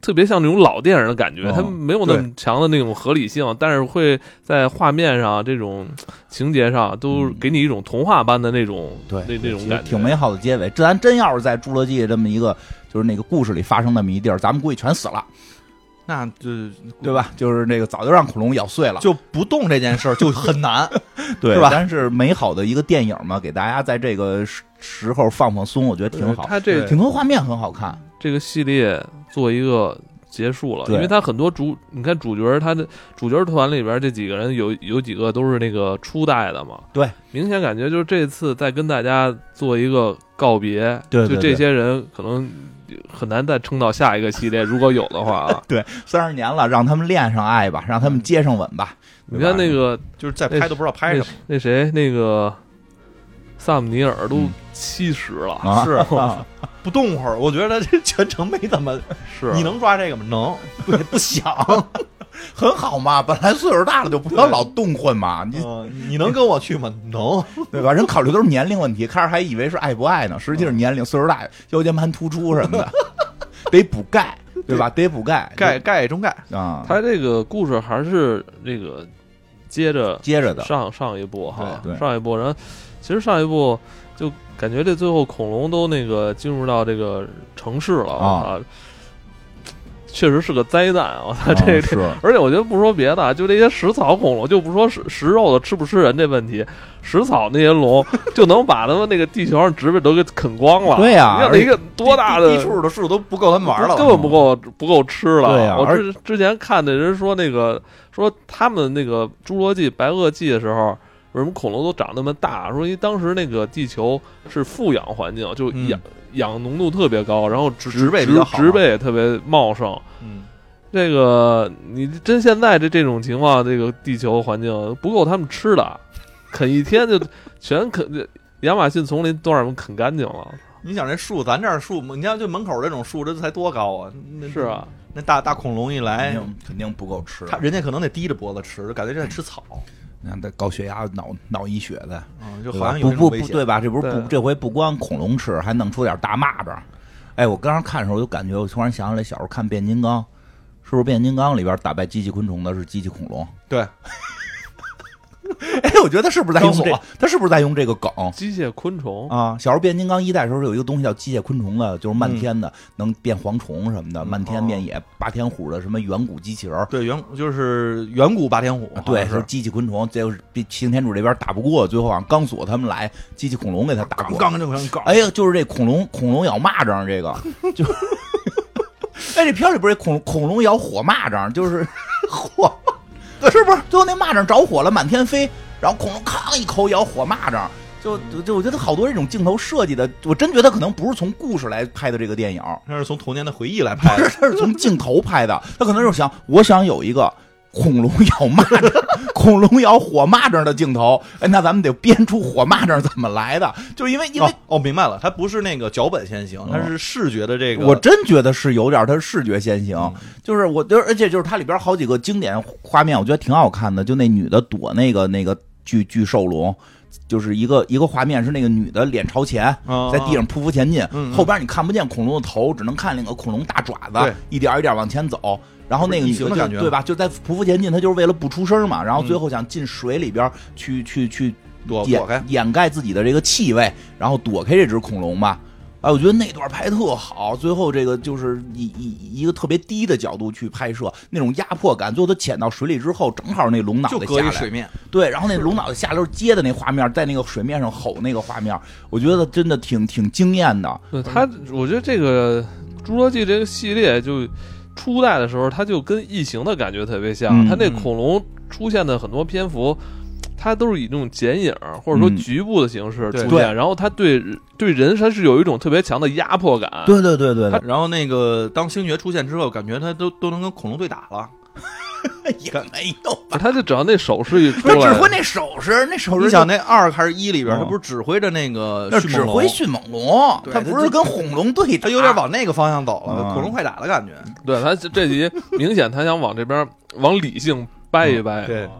特别像那种老电影的感觉，哦它没有那么强的那种合理性，但是会在画面上、这种情节上都嗯给你一种童话般的那种对那那种其实感觉，挺美好的结尾。这咱真要是在《侏罗纪》这么一个就是那个故事里发生那么一地儿，咱们估计全死了，那就对吧？就是那个早就让恐龙咬碎了，就不动这件事儿就很 [laughs] 难。对是吧但是美好的一个电影嘛，给大家在这个时时候放放松，我觉得挺好。它这对挺多画面很好看，这个系列做一个结束了，对因为它很多主，你看主角儿他的主角儿团里边儿这几个人有有几个都是那个初代的嘛，对，明显感觉就是这次再跟大家做一个告别，对对就对这些人可能很难再撑到下一个系列，如果有的话 [laughs] 啊，三十年了，让他们恋上爱吧，让他们接上吻吧。你看那个就是再拍都不知道拍什那么。那谁那个萨姆尼尔都嗯七十了，啊，是不动会儿，我觉得这全程没怎么。是你能抓这个吗？能，对，不想，啊 [laughs] 很好嘛。本来岁数大了就不要老动混嘛，你嗯 [laughs] 你能跟我去吗？能。对吧？人考虑都是年龄问题，开始还以为是爱不爱呢，实际是年龄，岁数大，腰间盘突出什么 [laughs] 的，得补钙，对吧？得补钙，盖盖中盖，啊，他这个故事还是那个接着接 [laughs] 着的，上上一部哈对，对上一部，然后其实上一部就感觉这最后恐龙都那个进入到这个城市了啊啊，确实是个灾难啊！我操，啊这这。是而且我觉得不说别的啊，就这些食草恐龙，就不说食食肉的吃不吃人这问题，食草那些龙 [laughs] 就能把他们那个地球上植被都给啃光了。对呀你看而那且一个多大的低处的树都不够他们玩了，嗯根本不够不够吃了。对呀我而之之前看的人说那个说他们那个侏罗纪白垩纪的时候。为什么恐龙都长那么大？说因为当时那个地球是富氧环境，就嗯氧、氧浓度特别高，然后植植被比植较好植被也特别茂盛。嗯，这个你真现在这这种情况，这个地球环境不够他们吃的， [laughs] 啃一天就全啃，亚马逊丛林都让我们啃干净了。你想这树，咱这儿树，你像就门口这种树，这才多高啊！那是，啊，那大大恐龙一肯来，定肯定不够吃，哎他人家可能得低着脖子吃，感觉这在吃草，那得高血压、脑脑溢血的，嗯，就对好吧像有不这不种危不险。对吧？这不是不对这回不光恐龙吃，还弄出点大蚂蚱。哎，我刚刚看的时候，我就感觉我突然想起来，小时候看《变形金刚》，是不是《变形金刚》里边打败机器昆虫的是机器恐龙？ [laughs] 对，哎，我觉得他是不是在用这告诉，他是不是在用这个梗？机械昆虫啊，小时候变形金刚一代的时候有一个东西叫机械昆虫的，就是漫嗯天的、能变蝗虫什么的，漫哦天遍野霸天虎的什么远古机器人儿，对，远就是远古霸天虎啊，对，哦好像是是机器昆虫，结果是比擎天柱这边打不过，最后好像钢索他们来，机器恐龙给他打杠过。杠就像杠，哎呀，就是这恐龙，恐龙咬蚂蚱，这个就，哎，这片儿里不是恐恐龙咬火蚂蚱，就是 [laughs] 火，是不是？最后那蚂蚱着火了，满天飞，然后恐龙咔一口咬火蚂蚱，就就就我觉得好多这种镜头设计的，我真觉得可能不是从故事来拍的这个电影，那是从童年的回忆来拍不的是，，他是从镜头拍的，他可能就是想，我想有一个。恐龙咬蚂蚱，恐龙咬火蚂蚱的镜头，哎，那咱们得编出火蚂蚱怎么来的，就是因为 [laughs] 因为哦哦，明白了，它不是那个脚本先行，它是视觉的这个。哦我真觉得是有点儿它视觉先行，嗯就是我，就是而且就是它里边好几个经典画面，我觉得挺好看的。就那女的躲那个那个巨巨兽龙，就是一个一个画面是那个女的脸朝前，啊在地上匍匐前进，嗯嗯后边你看不见恐龙的头，只能看那个恐龙大爪对子一点儿一点儿往前走。然后那个女不是异形的的就感觉吗嗯对吧，就在匍匐前进，她就是为了不出声嘛。然后最后想进水里边去去去躲掩躲开，掩盖自己的这个气味，然后躲开这只恐龙吧。哎，我觉得那段拍特好，最后这个就是以以一个特别低的角度去拍摄，那种压迫感，最后它潜到水里之后，正好那龙脑就袋隔下一来水，面，对，然后那龙脑袋下来时候接的那画面，在那个水面上吼那个画面，我觉得真的挺挺惊艳的。啊对他，我觉得这个《侏罗纪》这个系列就初代的时候，它就跟《异形》的感觉特别像。嗯它那恐龙出现的很多篇幅，它都是以那种剪影儿或者说嗯局部的形式出对现，对然后它对对人它是有一种特别强的压迫感。对对对对对，然后那个当星爵出现之后，感觉他都都能跟恐龙对打了。也没 [laughs] 有，它就只要那手势一出他指来挥，那手势，那手势你就想那二还是一里边，嗯他不是指挥着那个那迅指猛龙挥迅啊猛龙，对他不是跟恐龙对打，他有点往那个方向走了，嗯恐龙快打的感觉。对它这这集明显它想往这边往理性掰嗯一哎掰。对，哦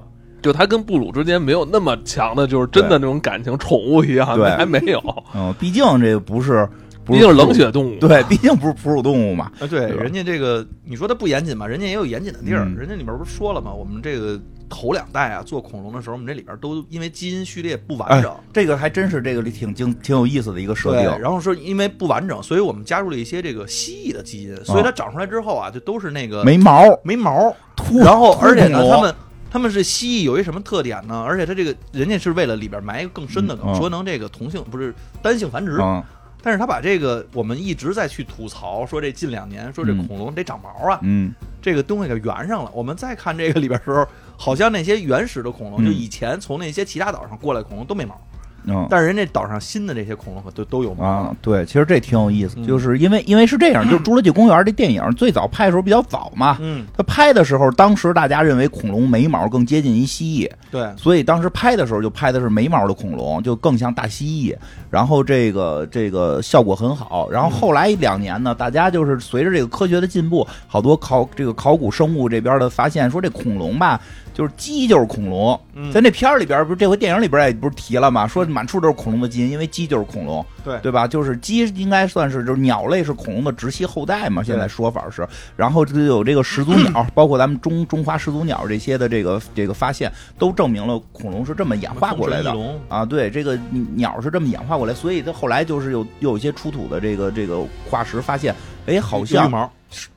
就它跟布鲁之间没有那么强的，就是真的那种感情，宠物一样，对还没有。嗯，毕竟这不是不是毕竟是冷血动物，对，毕竟不是哺乳动物嘛。啊，对，对吧人家这个你说它不严谨吧，人家也有严谨的地儿，嗯人家里面不是说了吗？我们这个头两代啊，做恐龙的时候，我们这里边都因为基因序列不完整，这个还真是这个里挺精挺有意思的一个设对，定。然后说因为不完整，所以我们加入了一些这个蜥蜴的基因，所以它长出来之后啊，就都是那个没哦毛，没毛，秃然后而且呢恐，龙他们他们是蜥蜴有一什么特点呢？而且它这个人家是为了里边埋一个更深的嗯梗，嗯说能这个同性不是单性繁殖，嗯但是他把这个我们一直在去吐槽，说这近两年说这恐龙得长毛啊，嗯这个东西给圆上了。我们再看这个里边的时候，好像那些原始的恐嗯龙，就以前从那些其他岛上过来的恐龙都没毛，嗯，但是人家岛上新的这些恐龙可都都有毛。啊，对，其实这挺有意思，嗯就是因为因为是这样， [clears throat] 就是《侏罗纪公园》这电影最早拍的时候比较早嘛，嗯，它拍的时候，当时大家认为恐龙没毛更接近于蜥蜴，对，所以当时拍的时候就拍的是没毛的恐龙，就更像大蜥蜴。然后这个这个效果很好。然后后来两年呢，大家就是随着这个科学的进步，好多考这个考古生物这边的发现说，这恐龙吧，就是鸡就是恐龙。嗯咱这片儿里边不是这回电影里边也不是提了嘛，说满处都是恐龙的基因，因为鸡就是恐龙，对对吧？就是鸡应该算是就是鸟类是恐龙的直系后代嘛，现在说法是。然后就有这个始祖 [clears throat] 鸟，包括咱们中中华始祖鸟这些的这个这个发现，都证明了恐龙是这么演化过来的翼。龙，啊，对，这个鸟是这么演化过来，所以它后来就是有有一些出土的这个这个化石发现，哎，好有像羽毛，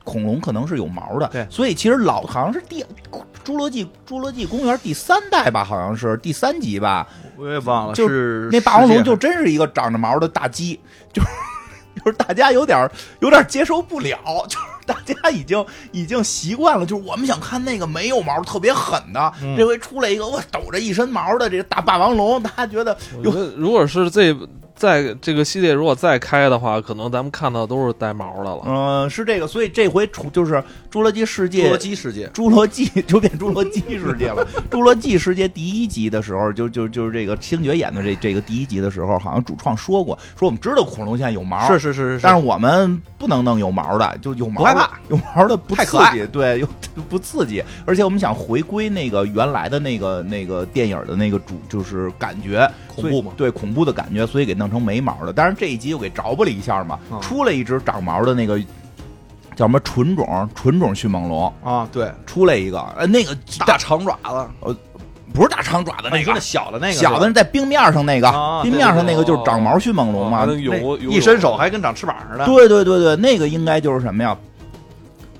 恐龙可能是有毛的，对所以其实老好像是第《侏罗纪侏罗纪公园》第三代吧，好像是第三集吧，我也忘了，就是那霸王龙就世界真是一个长着毛的大鸡，就是。就是大家有点儿有点儿接受不了，就是大家已经已经习惯了，就是我们想看那个没有毛特别狠的，嗯这回出来一个我抖着一身毛的这个大霸王龙，大家觉得我觉得如果是这在这个系列如果再开的话，可能咱们看到都是带毛的了。嗯，是这个，所以这回出就是《侏罗纪世上界侏罗》。纪世界，侏罗纪就变侏罗纪世界了。《侏罗纪世界》第一集的时候，就就就是这个星爵演的这这个第一集的时候，好像主创说过，说我们知道恐龙现在有毛，是是是是，但是我们不能弄有毛的，就有毛不害的怕，有毛的不太刺可爱激，对，又不刺激。而且我们想回归那个原来的那个那个电影的那个主，就是感觉恐怖嘛所以对恐怖的感觉，所以给弄成没毛的。当然这一集又给着吧了一下嘛，嗯出了一只长毛的那个叫什么纯种纯种迅猛龙，啊，对，出来一个，呃，那个大长爪子不是大长爪的啊那你说个那。小的那个，小的在冰面上那个，啊冰对面对上对哦那个就是长毛迅猛龙嘛，啊还能嗯那游游一伸手还跟长翅膀似的，对对对对，那个应该就是什么呀？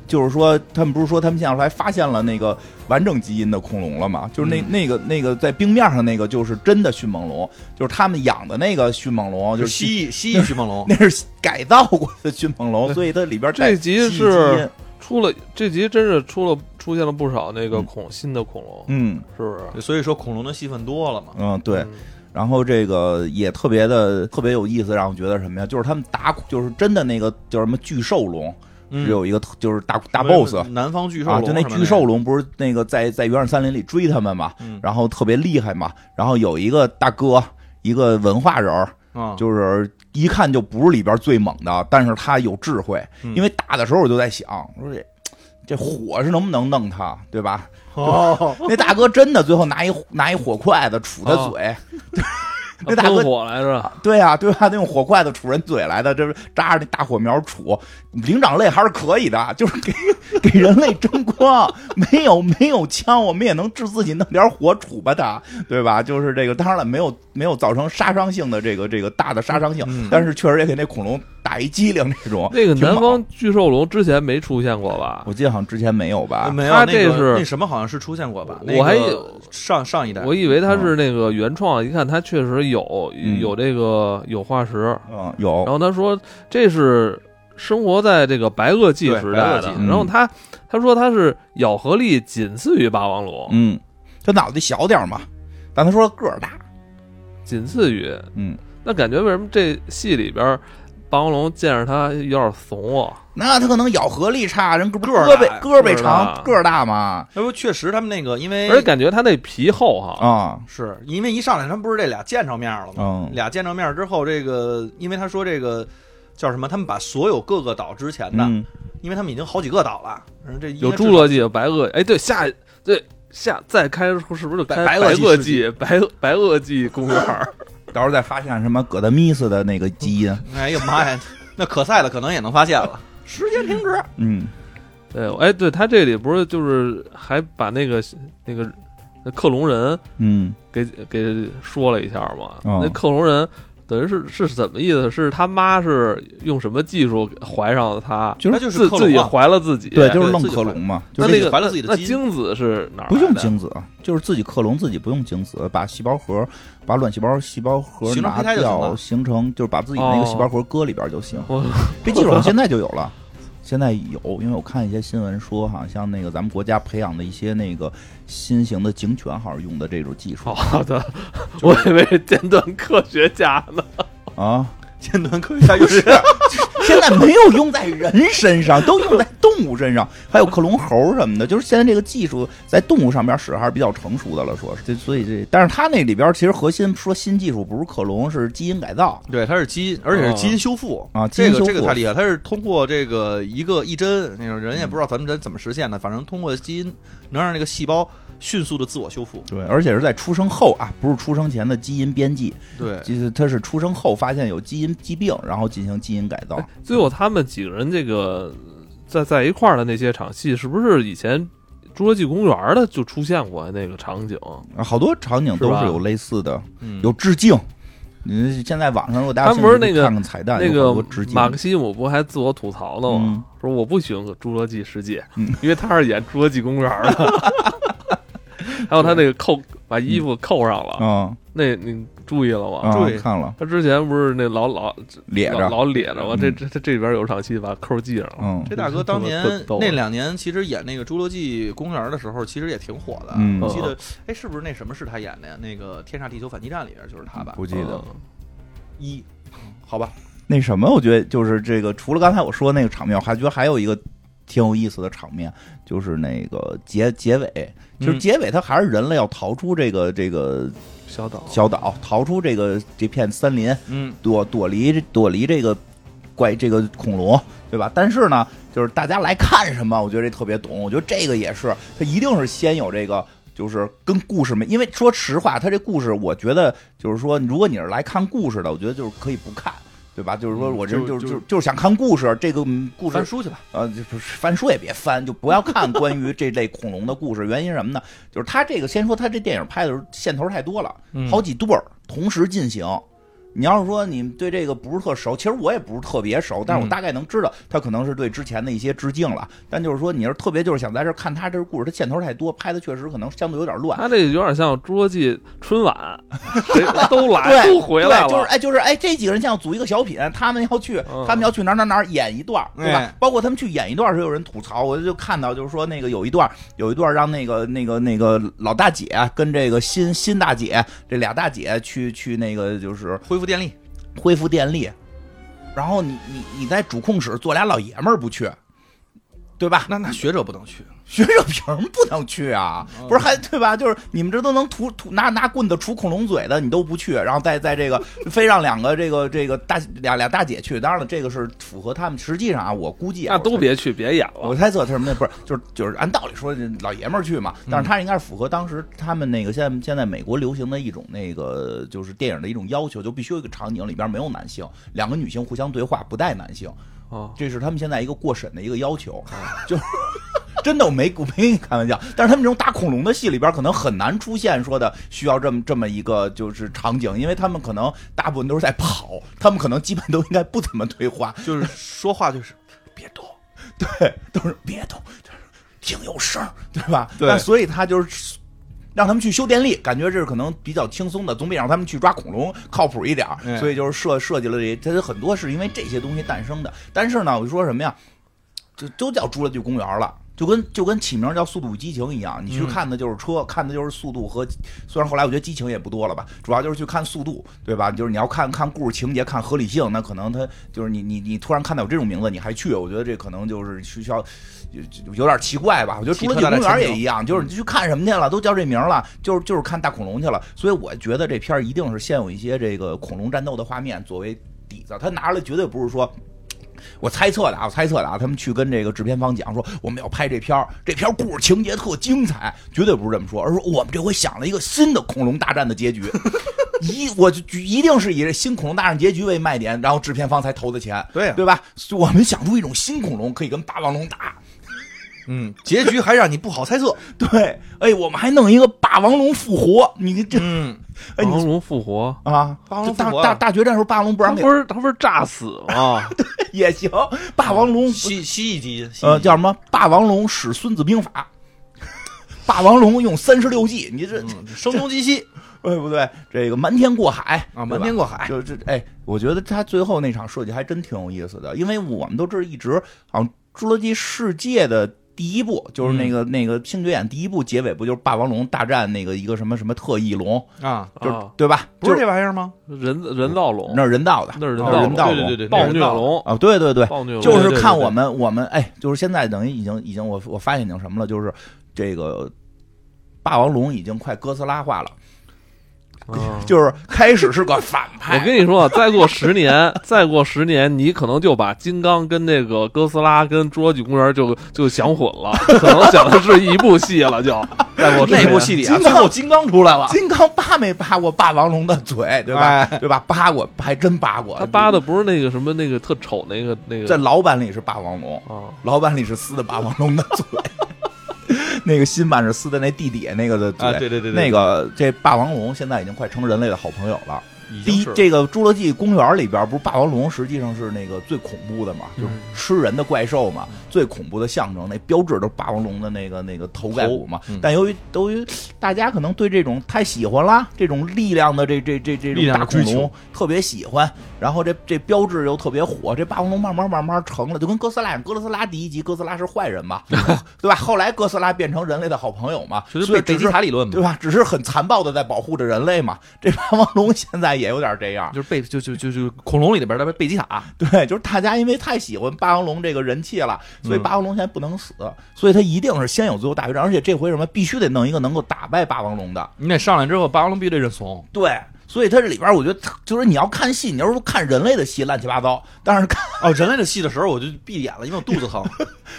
就是说，他们不是说他们现在还发现了那个完整基因的恐龙了吗？就是嗯那、那个那个在冰面上那个就是真的迅猛龙，就是他们养的那个迅猛龙，就就是是蜥新，蜴蜥蜴迅猛龙，那是改造过的迅猛龙，所以它里边带这集蜥蜴基因是出了这集，真是出了出现了不少那个恐新的恐龙，嗯是 [laughs] 不是？所以说恐龙的戏份多了 [laughs] 嘛，嗯对，嗯，然后这个也特别的特别有意思，让我觉得什么呀？就是他们打就是真的那个叫什么巨兽龙，嗯是有一个特就是大大 boss，南方巨兽啊，龙就那什么巨兽龙不是那个在在原始森林里追他们嘛，嗯然后特别厉害嘛，然后有一个大哥，一个文化人儿，啊，就是一看就不是里边最猛的，但是他有智慧，嗯因为打的时候我就在想，我说这这火是能不能弄他，对吧？哦，那大哥真的最后拿一拿一火筷子杵他嘴，哦 [laughs] 那大哥啊喷火来着，对啊，对吧？那用火筷子杵人嘴来的，这是扎着那大火苗杵，灵长类还是可以的，就是给给人类争光，没有没有枪，我们也能治自己弄点火杵吧它，对吧？就是这个，当然了，没有没有造成杀伤性的这个这个大的杀伤性，嗯但是确实也给那恐龙打一激灵这种。那个挺南猛方，巨兽龙之前没出现过吧？我记得好像之前没有吧？没有，他那这个是那什么好像是出现过吧？我那个还有上上一代，我以为它嗯是那个原创，一看它确实有有这个有化哦石，嗯，然有，后他说这是生活在这个白垩纪对时白垩代纪的，嗯然后他他说他是咬合力仅次于霸王龙，嗯，它脑袋小点儿嘛，但他说个儿大，仅次于，嗯。那感觉为什么这戏里边霸王龙见着他有点怂啊？那它可能咬合力差，人胳膊个儿胳膊胳大个膊儿大长，个儿大嘛，那不确实他们那个因为而且感觉他那皮厚哈，啊，是因为一上来他们不是这俩见着面了吗？嗯俩见着面之后，这个因为他说这个叫什么？他们把所有各个岛之前的，嗯因为他们已经好几个岛了，嗯这应该有至侏少罗纪、有白垩，哎，对，下对下再开是不是就开白白白垩垩纪纪、白白垩纪公园儿？ [laughs] 到时候再发现什么葛德米斯的那个基因，哎呀妈呀！那可赛的可能也能发现 [laughs] 了，时间停止，嗯，对，哎，对他这里不是就是还把那个那个那克隆人嗯，给给说了一下嘛？哦那克隆人等于是是怎么意思？是他妈是用什么技术怀上了他？就是那就是自克自己隆啊。怀了自己？对，就是愣自己克怀隆嘛，就那那是个自己怀了自己的那基因精子是哪儿来的？不用精子，就是自己克隆自己，不用精子，把细胞核，把卵细胞细胞核形成拿胚胎就行掉，了形成就是把自己那个哦细胞核搁里边就行。我这技术现在就有了，现在有，因为我看一些新闻说，好像那个咱们国家培养的一些那个新型的警犬，好像用的这种技术好的，我以为是尖端科学家呢。啊。尖端科学家又是 [laughs] [laughs] 现在没有用在人身上，都用在动物身上，还有克隆猴什么的。就是现在这个技术在动物上边使还是比较成熟的了，说是。这所以这，但是它那里边其实核心说新技术不是克隆，是基因改造。对，它是基因，而且是基因修复啊基因这个修复这个太厉害，它是通过这个一个一针，那种人也不知道咱们这怎么实现的，反正通过基因能让这个细胞迅速的自我修复。对，而且是在出生后啊，不是出生前的基因编辑，对，就是它是出生后发现有基因疾病，然后进行基因改造。最后他们几个人这个在在一块儿的那些场戏，是不是以前《侏罗纪公园》的就出现过那个场景？啊好多场景哎是都吧是有类似的，嗯有致敬。你现在网上如果大家他不是兴趣那个看看彩蛋，那有个好多致敬马克西姆不还自我吐槽呢吗？说我不喜欢《侏罗纪世界》因为他是演《侏罗纪公园》的。还有他那个扣把衣服扣上了，啊那你注意了吗？啊对，看了他之前不是那老老咧老着，老咧着吗？这嗯这这这里边有场戏把扣系上了。嗯这大哥当年这他妈特逗啊那两年其实演那个《侏罗纪公园》的时候，其实也挺火的。嗯我记得，哎，是不是那什么是他演的呀？那个《天煞地球反击战》里边就是他吧？不记得。嗯一，好吧，那什么，我觉得就是这个，除了刚才我说那个场面，我还觉得还有一个挺有意思的场面，就是那个结结尾，就是嗯结尾他还是人类要逃出这个这个小岛小岛，逃出这个这片森林，嗯，躲躲离躲离这个怪这个恐龙，对吧？但是呢，就是大家来看什么，我觉得这特别懂。我觉得这个也是，它一定是先有这个。就是跟故事没，因为说实话，它这故事，我觉得就是说，如果你是来看故事的，我觉得就是可以不看，对吧？就是说我这嗯就就就就就是想看故事，这个嗯故事翻书去吧。呃，就不是翻书也别翻，就不要看关于这类恐龙的故事。原因是什么呢？ [laughs] 就是他这个先说他这电影拍的时候线头太多了，好几对儿同时进行。你要是说你对这个不是特熟，其实我也不是特别熟，但是我嗯大概能知道他可能是对之前的一些致敬了。但就是说，你是特别就是想在这儿看他这个故事，他线头太多，拍的确实可能相对有点乱。他这有点像《侏罗纪春晚》， [laughs] 谁都来对，都回来了，对就是哎，就是哎，这几个人像组一个小品，他们要去，嗯他们要去哪儿哪儿哪儿演一段儿，对吧？哎包括他们去演一段儿时候，有人吐槽，我就看到就是说那个有一段儿有一段儿让那个那个那个老大姐啊跟这个新新大姐这俩大姐去去那个就是恢复电力，恢复电力，然后你你你在主控室坐俩老爷们儿不去，对吧？那那学者不能去，学者凭不能去啊，嗯不是还对吧？就是你们这都能吐吐拿拿棍子杵恐龙嘴的，你都不去，然后再在这个 [laughs] 非让两个这个这个大俩俩大姐去，当然了，这个是符合他们。实际上啊，我估计啊，那都别去，别演我了。猜测是什么呢？不是，就是就是按道理说老爷们儿去嗯嘛，但是他应该是符合当时他们那个现在现在美国流行的一种那个就是电影的一种要求，就必须有一个场景里边没有男性，两个女性互相对话，不带男性。哦，这是他们现在一个过审的一个要求，就是 [laughs] 真的我没我没跟你开玩笑，但是他们这种打恐龙的戏里边可能很难出现说的需要这么这么一个就是场景，因为他们可能大部分都是在跑，他们可能基本都应该不怎么对话，就是说话就是别动。对，都是别动，就是听有声儿，对吧？对那所以他就是。让他们去修电力，感觉这是可能比较轻松的，总比让他们去抓恐龙靠谱一点儿。哎所以就是设设计了这，它很多是因为这些东西诞生的。但是呢，我就说什么呀，就都叫侏罗纪公园了。就跟就跟起名叫《速度与激情》一样，你去嗯看的就是车，看的就是速度和，虽然后来我觉得激情也不多了吧，主要就是去看速度，对吧？就是你要看看故事情节，看合理性，那可能他就是你你你突然看到有这种名字，你还去，我觉得这可能就是需要有有点奇怪吧。我觉得《侏罗纪公园》也一样，就是你去看什么去了，都叫这名了，就是就是看大恐龙去了。所以我觉得这片儿一定是先有一些这个恐龙战斗的画面作为底子，他拿来绝对不是说。我猜测的啊，我猜测的啊，他们去跟这个制片方讲说，我们要拍这片儿，这片儿故事 [laughs] 情节特精彩，绝对不是这么说，而是说我们这回想了一个新的恐龙大战的结局，一我就举一定是以这新恐龙大战结局为卖点，然后制片方才投的钱，对啊呀对吧？所以我们想出一种新恐龙可以跟霸王龙打，嗯，结局还让你不好猜测。对，哎，我们还弄一个霸王龙复活，你这嗯，霸哎你王龙复活，啊，霸王龙大复活大大决战时候霸王龙不他让给不是他不是炸死吗？也行，霸王龙蜥蜥蜴基，蜥蜴呃基叫什么？霸王龙使孙子兵法，霸王龙用三十六计，你这嗯声东击西对不对？这个瞒天过海啊，对瞒吧天过海，就这哎，我觉得他最后那场设计还真挺有意思的，因为我们都知道一直好像《侏罗纪世界》的第一部就是那个、那个《星爵眼》第一部结尾不就是霸王龙大战那个一个什么什么特异龙，啊，就是、啊，对吧？不是就这玩意儿吗？人人造龙那是人造的那是那是人人造造的龙，对对对对暴那是虐人造的龙，啊，对对对，暴虐龙就是对看对我们我们哎，就是现在等于已经已经我我发现已经什么了，就是这个霸王龙已经快哥斯拉化了，对啊就是开始是个反派，我跟你说 [laughs] 啊，再过十年，再过十年，你可能就把金刚跟那个哥斯拉跟侏罗纪公园就就想混了，可能想的是一部戏了就。 [laughs] 再过十年那部戏里啊，金最刚后金刚出来了，金刚扒没扒过霸王龙的嘴，对吧？哎对吧？扒过，还真扒过。他扒的不是那个什么那个特丑那个那在个老版里是霸王龙，啊，老版里是撕的霸王龙的嘴， [laughs] 那个新版是撕的那地底下那个的嘴。啊对对对对那个这霸王龙现在已经快成人类的好朋友了。已第经一是，这个《侏罗纪公园》里边不是霸王龙实际上是那个最恐怖的嘛，嗯就是吃人的怪兽嘛，最恐怖的象征，那标志都是霸王龙的那个那个头盖骨嘛。头嗯但由于由于大家可能对这种太喜欢啦，这种力量的这这这这种力量大的恐追龙求特别喜欢，然后这这标志又特别火，这霸王龙慢慢慢慢成了，就跟哥斯拉一样，哥斯拉第一集哥斯拉是坏 [laughs] 人嘛，对吧？后来哥斯拉变成人类的好朋友嘛，就是所以贝贝只吉是塔理论对嘛，吧？只是很残暴的在保护着人类嘛。 [laughs] 这霸王龙现在也有点这样，就是贝就就就就恐龙里里边的贝吉塔，对，就是大家因为太喜欢霸王龙这个人气了，所以霸王龙现在不能死，所以他一定是先有最后大决战，而且这回什么必须得弄一个能够打败霸王龙的，你得上来之后，霸王龙必须得认怂，对。所以它这里边，我觉得就是你要看戏，你要是看人类的戏乱七八糟，但是看哦，人类的戏的时候我就闭眼了，因为我肚子 [laughs] 疼。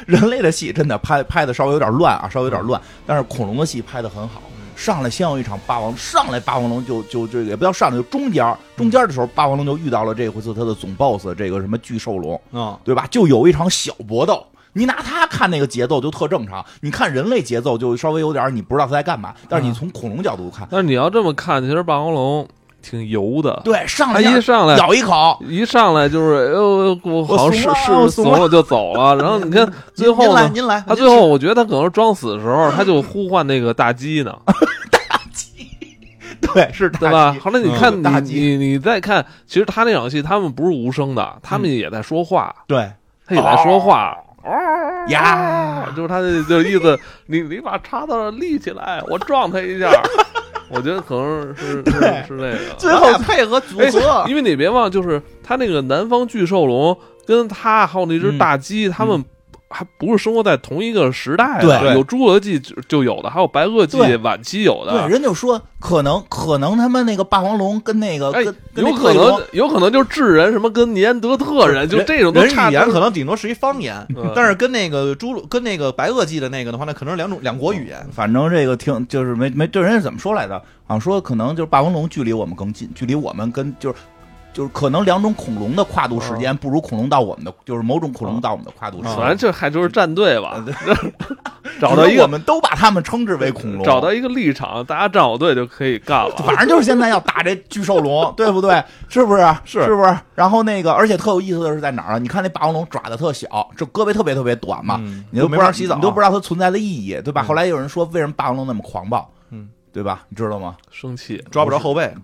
人类的戏真的拍拍的稍微有点乱啊，稍微有点乱。但是恐龙的戏拍的很好，上来先有一场霸王，上来霸王龙就就这个也不叫上来，就中间儿中间儿的时候，霸王龙就遇到了这回次它的总 BOSS 这个什么巨兽龙，啊，对吧？就有一场小搏斗。你拿它看那个节奏就特正常，你看人类节奏就稍微有点儿你不知道它在干嘛，嗯但是你从恐龙角度看，但是你要这么看，其实霸王龙挺油的，对，上他来一先上来咬一口，一上来就是，哎呦，我好像是我是怂了我怂怂了了就走了。然后你 [laughs] 看最您后来呢，您来，他最后我觉得他可能装死的时候，他就呼唤那个大鸡呢，对 [laughs] 是对大吧鸡？后来你嗯看大你鸡你你再看，其实他那场戏他们不是无声的，他嗯们也在说话，对他也哦在说话。 [laughs] 呀，就是他的就意思，你你把叉子立起来，我撞他一下。我觉得可能是是是这个。最后配合组合哎，因为你别忘，就是他那个南方巨兽龙跟他还有那只大鸡，他们还不是生活在同一个时代的，对有侏罗纪就就有的，还有白垩纪对晚期有对，的。人就说可能可能他们那个霸王龙跟那个哎跟，跟有那可特异能龙，有可能就是智人什么跟尼安德特人，就这种都人差语点言可能顶多是一方言嗯，但是跟那个侏罗跟那个白垩纪的那个的话，那可能是两种两国语言。反正这个挺就是没没，这人家怎么说来的？好像说可能就是霸王龙距离我们更近，距离我们跟就是。就是可能两种恐龙的跨度时间不如恐龙到我们的，就是某种恐龙到我们的跨度时反正间。就还就是战队吧，啊 [laughs] 找只到能一个我们都把他们称之为恐龙。找到一个立场，大家站好队就可以干 [laughs] 了。反正就是现在要打这巨兽龙，对不对？是不是？是是不是？然后那个，而且特有意思的是在哪儿啊？你看那霸王龙爪子特小，这胳膊特别特别短嘛，嗯你都不知道都没法洗澡你都不知道它存在的意义，对吧？嗯后来有人说，为什么霸王龙那么狂暴？嗯，对吧？你知道吗？生气，抓不着后背，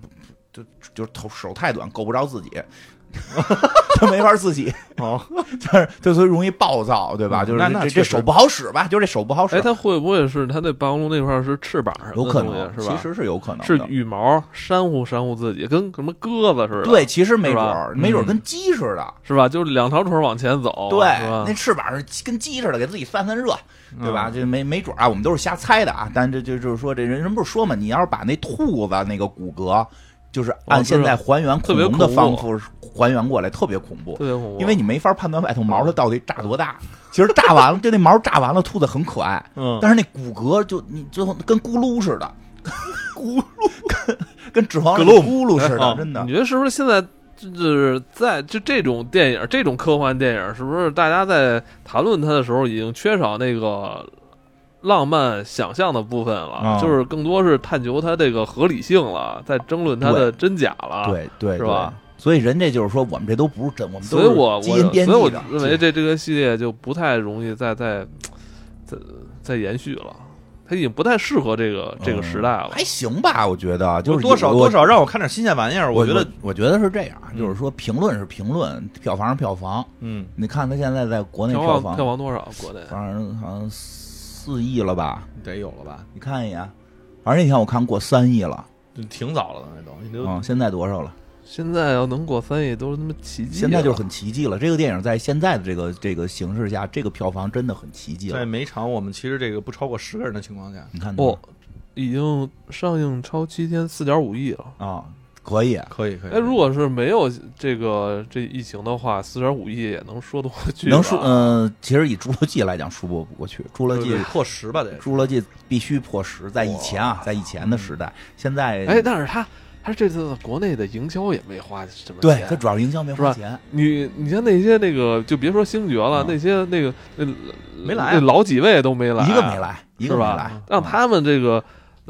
就是头手太短，够不着自己。 [laughs] 它没法自己，哦，就是就所以容易暴躁，对吧？嗯就是那那这确这实手不好使吧？就是这手不好使，哎，它会不会是它那霸王龙那块儿是翅膀上有可能是吧？其实是有可能的是羽毛扇呼扇呼自己，跟什么鸽子似的，对，其实没是准吧儿，没准儿嗯跟鸡似的，是吧？就是两条腿往前走，对啊是吧，那翅膀是跟鸡似的，给自己散散热，对吧？嗯这没没准儿啊，我们都是瞎猜的啊。但这这就是说，这人人不是说嘛，你要是把那兔子那个骨骼，就是按哦现在还原特恐别龙的恐方怖法还原过来，特别恐怖特。别恐怖。因为你没法判断外头毛它到底炸多大，其实炸完了，就那毛炸完了，兔子很可爱，嗯， [laughs] 但是那骨骼就你最后跟咕噜似的，咕噜跟指环王格鲁姆咕噜似哎的啊，真的你。觉得是不是现在就是在就这种电影、这种科幻电影，是不是大家在谈论它的时候已经缺少那个浪漫想象的部分了？啊就是更多是探求它这个合理性了，在争论它的真假了。，对对，啊是吧对？所以人这就是说，我们这都不是真，我们都所以我是我基因编所以辑我的。认为这这个系列就不太容易再再再再延续了，它已经不太适合这个这个时代了。嗯还行吧，我觉得啊就是多少有多。少让我看点新鲜玩意儿，我觉得，我觉得是这样，啊嗯就是说评论是评论，票房是票房。嗯，你看他现在在国内票票嗯房票房多少？国内反正好像四亿了吧？得有了吧？你看一眼，反正那天我看过三亿了，就挺早了的那东西，都嗯，现在多少了？现在要能过三亿都是他妈奇迹了。啊现在就是很奇迹了。这个电影在现在的这个这个形势下，这个票房真的很奇迹在了。每场我们其实这个不超过十个人的情况下，你看哦，已经上映超七天，四点五亿了。啊、可以，可以可以。哎，如果是没有这个这疫情的话，四点五亿也能说得过去吧。能输？嗯、其实以《侏罗纪》来讲，输不不过去，《侏罗纪对对》破十吧得《侏罗纪》必须破十，在以前啊，在以前的时代，现在哎，但是他他这次国内的营销也没花什么对钱它主要是营销没花钱，你你像那些那个，就别说星爵了，嗯那些那个那没来啊那老几位都没来，一个没，来，一个是没吧来，嗯让他们这个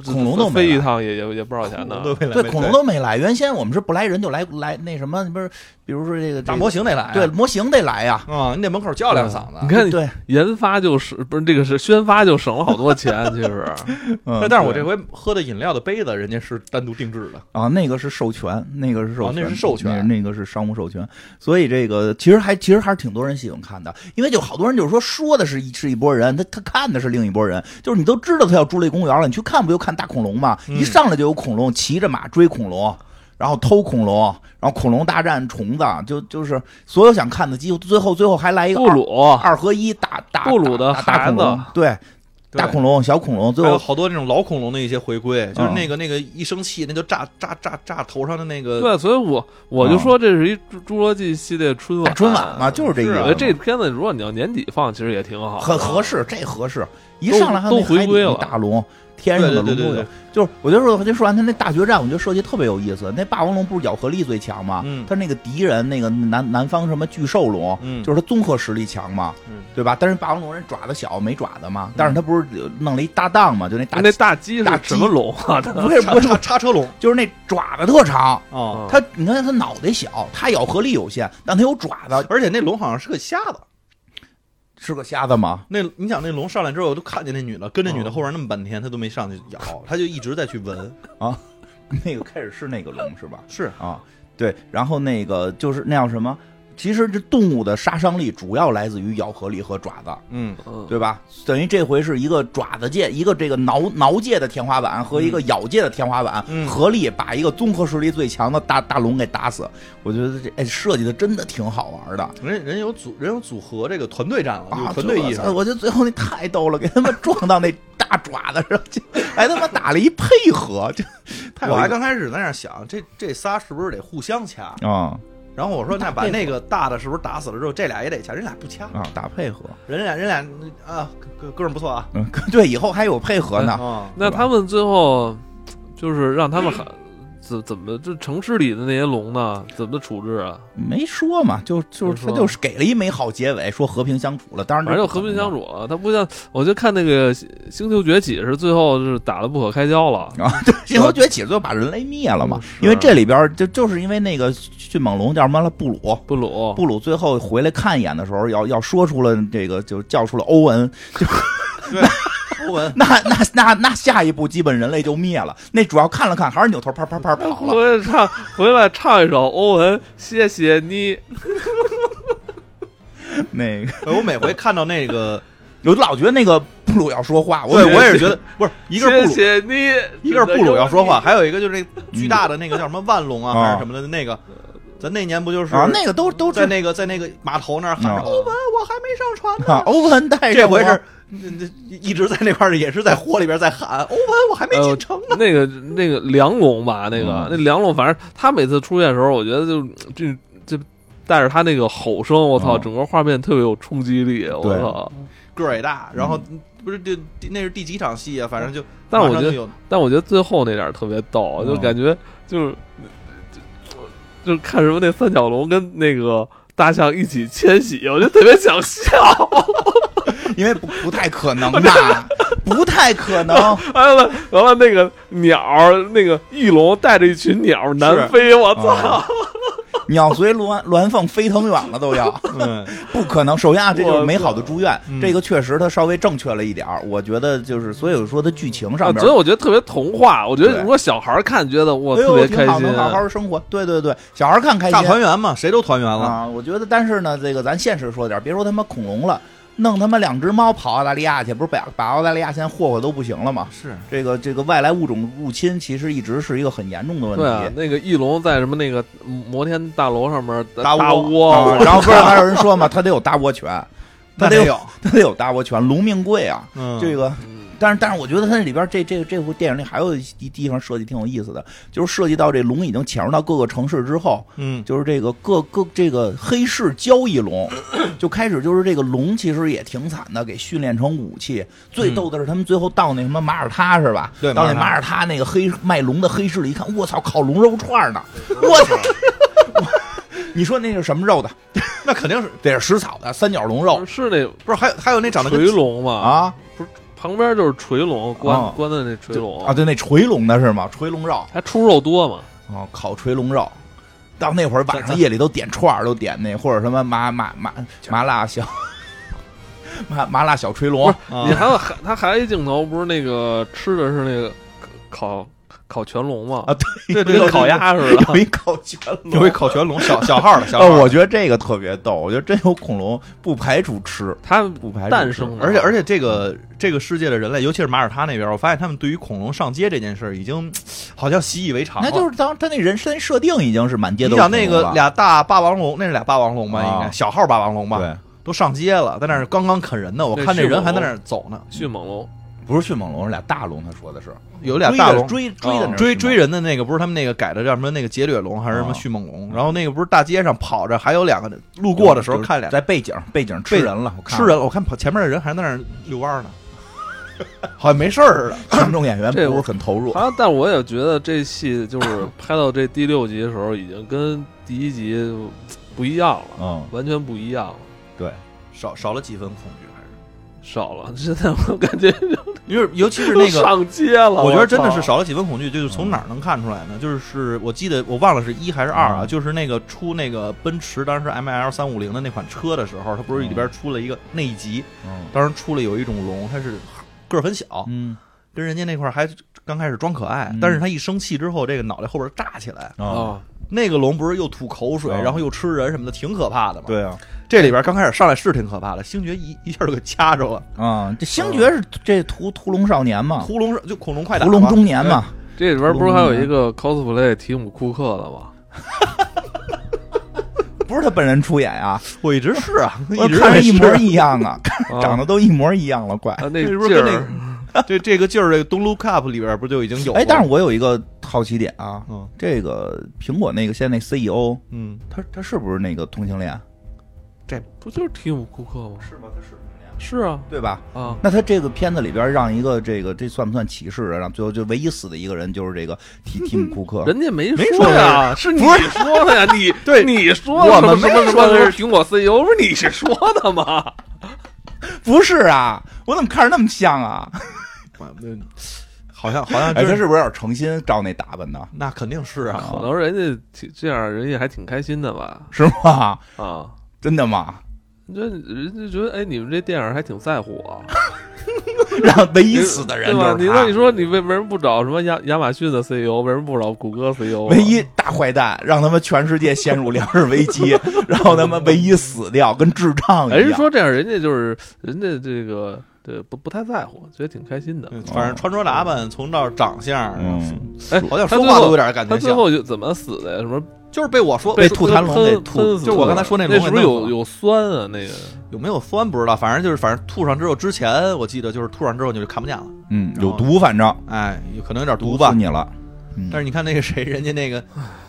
恐龙都没飞一来趟也也也不少钱呢。都未来对没恐龙都没来。原先我们是不来人就来来那什么，不是，比如说这个大模型得来啊，对模型得来呀，啊，你得门口叫两嗓你子。嗯看对，研发就是不是这个是宣发就省了好多钱，其实。嗯那但是我这回喝的饮料的杯子，人家是单独定制的，啊，那个是授权，那个是授哦啊权，那是授权那那个是商务授权。所以这个其实还其实还是挺多人喜欢看的，因为就好多人就是说说的是一是一拨人，他他看的是另一拨人，就是你都知道他要朱莉公园了，你去看不就看大恐龙吗？嗯一上来就有恐龙，骑着马追恐龙。然后偷恐龙，然后恐龙大战虫子，就就是所有想看的，几乎最后最后还来一个布二鲁，二合一打打布鲁的打打恐孩龙子，对对大恐龙小恐龙，最还有后好多那种老恐龙的一些回归，嗯就是那个那个一生气那就炸炸炸炸头上的那个，对，所以我我就说这是一侏侏罗纪系列春晚，嗯大春晚嘛，就是这意是思我觉嘛。得这片子如果你要年底放，其实也挺好，很合。啊适，这合适。一都上来还有都那回海底归那了大龙，天上对的对龙对都对有对。，就是我觉得说，就说完他那大决战，我觉得设计特别有意思。那霸王龙不是咬合力最强吗？嗯他那个敌人那个南南方什么巨兽龙，嗯，就是他综合实力强嘛，嗯对吧？但是霸王龙人爪子小，没爪子嘛。但是他不是有弄了一搭档嘛，就那大那大鸡大是鸡嗯什么龙啊？不是叉不是，嗯 [laughs] 叉叉车龙就是那爪子特长。嗯啊，他你看他脑袋小，他咬合力有限，但他有爪子，而且那龙好像是个瞎子。是个瞎子吗？那你想那龙上来之后，我都看见那女的跟那女嗯的后边那么半天，她都没上去 [laughs] 咬，她就一直在去闻。那个开始是那个龙是吧？是啊，对，然后那个就是那叫什么？其实这动物的杀伤力主要来自于咬合力和爪子，嗯，嗯对吧？等于这回是一个爪子界，一个这个挠挠界的天花板和一个咬界的天花板、嗯合力把一个综合实力最强的大大龙给打死。我觉得这哎设计的真的挺好玩的。人人有组人有组合这个团队战了，啊有，团队意识最后。我觉得最后那太逗了，给他们撞到那大爪子上去，还他妈打了一配合，就太我有还意思刚开始在那儿想，这这仨是不是得互相掐？啊然后我说，那把配合那个大的是不是打死了之后，这俩也得掐？人俩不掐，啊打配合，人俩人俩啊，哥哥们儿不错啊嗯， [laughs] 对，以后还有配合呢。啊，那他们最后就是让他们喊怎怎么这城市里的那些龙呢？怎么处置啊？没说嘛，就就没是说他就是给了一美好结尾，说和平相处了。当然，反正就和平相。处啊了。他不像我就看那个《星球崛起》是最后是打得不可开交了。啊， [laughs] 对，星球崛起最后把人类灭了嘛嗯，啊是因为这里边就就是因为那个迅猛龙叫什么了，布鲁，布鲁，布鲁最后回来看一眼的时候，要要说出了这个，就叫出了欧文，欧 [laughs] 文那那那那下一步基本人类就灭了。那主要看了看，还是扭头啪啪啪跑哎回了。来唱回来唱一首欧文，谢谢你。那个，哎我每回看到那个，我老觉得那个布鲁要说话，我对以为我也是觉得，不是一个是布鲁，谢谢你，一个是布鲁要说话，真的有还有一个就是那巨大的那个叫什么万龙啊嗯还是什么的那个，咱那年不就是啊，那个都都在是那个在那个码头那儿喊着嗯欧文，我还没上船啊呢。哎欧文带这上回我是那那一直在那块儿，也是在火里边在喊欧文，我还没进城啊 [laughs] 呢。你呃那个那个梁龙吧，那个、嗯那梁龙，反正他每次出现的时候，我觉得就这这但是他那个吼声，我操，嗯整个画面特别有冲击力，我对操！个儿也大，然后不是第第那是第几场戏啊？反正就，但我觉马得上就有但我觉得最后那点儿特别逗，嗯就感觉就是就就是看什么那三角龙跟那个大象一起迁徙，我就特别想笑。 [laughs] 因为不不太可能吧，不太可能。完了完了，那个鸟儿那个翼龙带着一群鸟儿南飞，我操！啊鸟随鸾鸾凤飞腾远了都要，嗯，不可能。首先啊，这就我是美好的祝愿嗯，这个确实它稍微正确了一点儿。我觉得就是，所以我说它剧情上啊，面所以，我觉得特别童话。我觉得对如果小孩儿看，觉得我特哎呦，别挺开好，心啊能。好好生活。对对对，小孩儿看开大团心圆嘛，谁都团圆了。啊。我觉得，但是呢，这个咱现实说点儿，别说他妈恐龙了，弄他妈两只猫跑澳大利亚去，不是把把澳大利亚现在霍霍都不行了吗？是，这个这个外来物种入侵其实一直是一个很严重的问对啊题，。那个翼龙在什么那个摩天大楼上面搭大窝，啊我然后不是还有人说嘛，他得有大窝权，他那得有得有，他得有大窝权，龙命贵啊。嗯，这个嗯，但是但是我觉得它这里边这这这部电影里还有一地地方设计挺有意思的，就是涉及到这龙已经潜入到各个城市之后，嗯，就是这个各各这个黑市交易龙，就开始就是这个龙其实也挺惨的，给训练成武器。最逗的是他们最后到那什么马耳他是吧？嗯对到那马马耳耳他那个黑卖龙的黑市里一看，我操，烤龙肉串 [laughs] 呢！我操！ [laughs] 你说那是什么肉的？那肯定是得是食草的三角龙肉是那不是还有还有那长得跟锤龙嘛？，啊旁边就是锤龙，关啊关的那锤哦龙啊！，对，那锤龙的是吗？锤龙肉还出肉多嘛？哦，烤锤龙肉。到那会儿晚上夜里都点串儿，都点那或者什么麻麻麻麻辣小麻麻辣小锤龙，啊你还有还他还有一镜头，不是那个吃的是那个烤烤全龙吗？啊，对跟烤鸭似的。[laughs] 有一烤全龙有一烤全龙，小小号的小哦， [laughs] 号的，我觉得这个特别逗，我觉得真有恐龙，不排除吃，他们不排除吃诞生的，而且而且这个这个世界的人类，尤其是马耳他那边，我发现他们对于恐龙上街这件事儿已经好像习以为常了。那就是当他那人身设定已经是满街你都是想那恐龙个了俩大霸王龙，那是俩霸王龙吧？啊应该小号霸王龙吧？对，都上街了，在那儿刚刚啃人呢。我对看那迅人猛还在那龙儿走呢，迅猛龙，不是迅猛龙，是俩大龙，他说的是有俩大龙追着追追的那哦追追人的那个不是他们那个改的叫什么那个劫掠龙还是什么啊迅猛龙？然后那个不是大街上跑着，还有两个路过的时候看俩嗯俩在背景背景吃背人了，我看吃人了，我看跑前面的人还在那儿遛弯儿呢，好像没事儿似的。群众演员这不我是很投入，啊，但我也觉得这戏 [coughs] 就是拍到这第六集的时候，已经跟第一集不一样了，嗯，完全不一样了，对，少少了几分恐惧，还是少了。 [laughs] 现在我感觉因为尤其是都那个，上街了，我觉得真的操是。少了几分恐惧，就是从哪儿能看出来呢？就是我记得我忘了是一还是二啊，嗯就是那个出那个奔驰当时 M L 三五零的那款车的时候，它不是里边出了一个内集，嗯当时出了有一种龙，它是个儿很小，嗯跟人家那块儿还刚开始装可爱嗯，但是它一生气之后，这个脑袋后边炸起来，啊，啊，那个龙不是又吐口水，嗯然后又吃人什么的，挺可怕的嘛。，对啊，这里边刚开始上来是挺可怕的，星爵一一下就给掐着了，啊，这星爵是这屠屠龙少年嘛，嗯屠龙是就恐龙快打屠龙嘛中年嘛，这里边不是还有一个 cosplay 提姆库克的吗？不是他本人出演啊，我一直是啊， [laughs] 我一直看着是一模一样 [laughs] 啊，看啊 [laughs] 长得都一模一样了，怪。啊，那哎这是不劲是跟那儿个，啊这这个劲儿，这个《Don't Look Up》里边不就已经有了？哎，但是我有一个好奇点啊，嗯这个苹果那个现在那 CEO，嗯，他他是不是那个同性恋？啊不就是提姆库克吗？是吗？他是是啊，对吧？啊，那他这个片子里边让一个这个这算不算歧视啊？让最后就唯一死的一个人就是这个提提姆库克。人家没嗯没说说呀，是你说的呀，你 [laughs] 对你说的我什么们什么没什说么是是苹果 CEO，不是你是说的吗？不是啊，我怎么看着那么像啊？那好像好像哎，真他是，是不是有点诚心照那打扮呢？那肯定是啊。可能人家挺这样，人家还挺开心的吧？是吗？啊，真的吗？这人家觉得哎，你们这电影还挺在乎 [laughs] 我， [laughs] 然后唯一死的人对吧？就你是那你他，说你为为什么不找什么亚亚马逊的 CEO，为什么不找谷歌 CEO？啊唯一大坏蛋，让他们全世界陷入粮食危机， [laughs] 然后他们唯一死掉，跟智障一哎样。人家说这样，人家就是人家这个对不不太在乎，觉得挺开心的。嗯反正穿着打扮，从到长相，哦嗯，哎，好像他说最话后都有点感他觉最像，后就怎么死的呀？什么就是被我说被说吐痰龙喷给吐喷死就我的刚才说那那龙是不给是弄死有了有酸啊？那个有没有酸不知道，反正就是反正吐上之后，之前我记得就是吐上之后你就看不见了，嗯，有毒，反正哎，有可能有点毒毒吧死。你了。嗯 [laughs] 但是你看那个谁，人家那个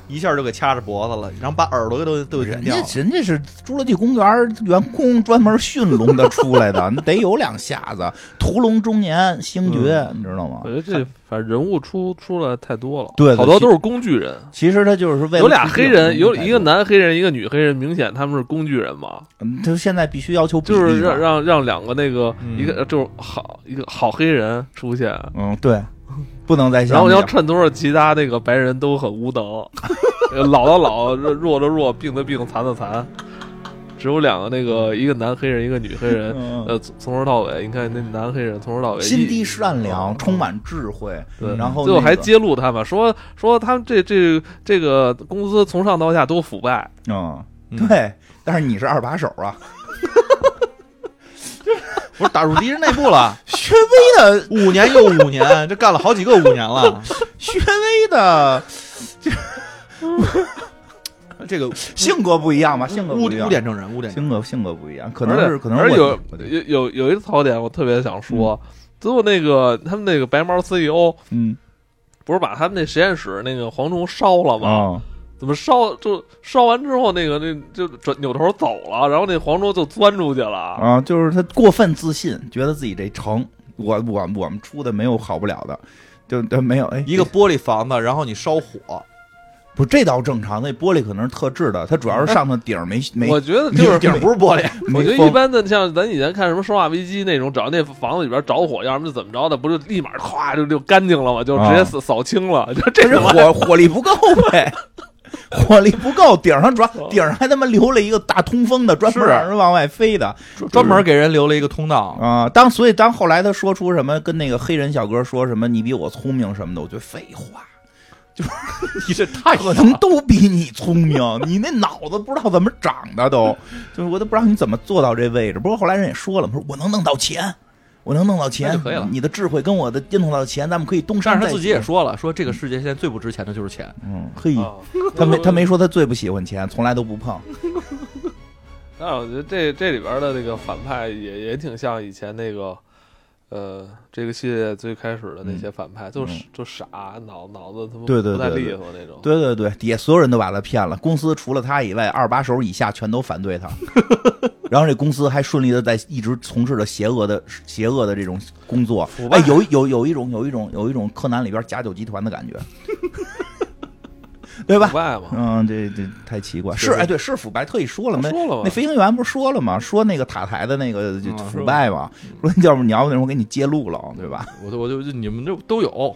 一下就给掐着脖子了，然后把耳朵都都给人剪掉家了。人家是侏罗纪公园员工专门驯龙的出来的，那得有两下子。屠龙中年星爵，你知道吗我？觉得这反正人物出出来太多了，对对好多都是工具人。其实他就是为了有俩黑人，去有一个，男黑人，一个女黑人，明显他们是工具人嘛，嗯他现在必须要求比就例是让嘛让让两个那个嗯一个就是好一个好黑人出现，嗯对，不能再像然后那要样衬托着其他那个白人都很无能， [laughs] 老的老，弱的弱，病的病，残的残，只有两个那个一个男黑人，一个女黑人，嗯呃，从从头到尾，你看那男黑人从头到尾心地一嗯善良，充满智慧，对然后最后那还个揭露他们，说说他们这这这个公司从上到下都腐败，嗯嗯对，但是你是二把手 [laughs] 啊， [laughs] 不是打入敌人内部 [laughs] 了，薛薇的五年又五年，这干了好几个五年 [laughs] 了。薛薇的这个性格不一样吧？性格污污不一样，点证人，污点证人性格性格不一样，可而能且是可能而是且有我有有有一个槽点，我特别想说，最后那个他们那个白毛 E CEO 嗯不是把他们那实验室那个蝗虫烧了吗？啊怎么烧就烧完之后，那个那就转扭头走了，然后那黄忠就钻出去了。啊，就是他过分自信，觉得自己这成，我我我们出的没有好不了的。就就没有哎，一个玻璃房子，然后你烧火，不，这倒正常。那玻璃可能是特制的，它主要是上头顶儿没没哎我觉得 [laughs] 就是，顶顶儿不是 [laughs] 玻璃，我没觉得封一般的像咱以前看什么《生化危机》那种，只要那房子里边着火，要么就怎么着的，不就立马咵就就干净了嘛，就直接啊扫扫清了。 [laughs] 就这这是种火火力不够呗，火力不够，顶上主哦要顶上还他妈留了一个大通风的，专门是啊让人往外飞的专门给人留了一个通 [laughs] 道。啊。当所以当后来他说出什么跟那个黑人小哥说什么你比我聪明什么的，我觉得废话，你这 [laughs] 太可能都比你聪明，你那脑子不知道怎么长的都，就是我都不知道你怎么做到这位置。不过后来人也说了嘛，说我能弄到钱。我能弄到那钱就可以了你的智慧跟我的弄到钱，咱们可以东但山是再他起。自己也说了，说这个世界现在最不值钱的就是钱。嗯，嘿，啊他没他没说他最不喜欢钱，从来都不碰。但是我觉得这这里边的这个反派也也挺像以前那个，呃，这个系列最开始的那些反派，就是就傻，脑脑子他妈嗯对对不太对对利索那种。对对对，底下所有人都把他骗了，公司除了他以外，二把手以下全都反对他。然后这公司还顺利的在一直从事着邪恶的邪恶的这种工作。哎，有有有一种有一种有一种柯南里边假酒集团的感觉，对吧腐？败嘛，嗯，这这太奇怪。是对对哎，对，是腐败，特意说了没？说了那嘛，飞行员不是说了吗？说那个塔台的那个就嗯腐败嘛，说你要不你要不那我给你揭露了，对吧？我就我就就你们这都有，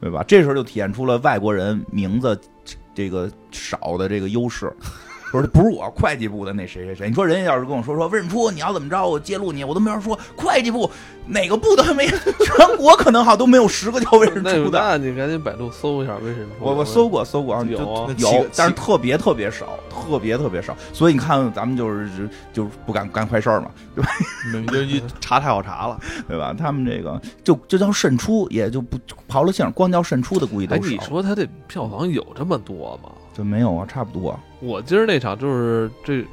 对吧？这时候就体现出了外国人名字这个少的这个优势。不是不是我会计部的那谁谁谁，你说人家要是跟我说说任初你要怎么着，我揭露你，我都没法说会计部哪个部的没，全国可能好都没有十个叫任那初的。那你赶紧百度搜一下微神我我搜过搜过啊，有啊就那几有个，但是特别特别少，特别特别少。所以你看咱们就是就就是不敢干坏事儿嘛，你们就一嗯查太好查了。对吧？他们这个就就叫渗出，也就不刨了性，光叫渗出的估计都哎，少。你说他这票房有这么多吗？就没有啊，差不多。我今儿那场就是这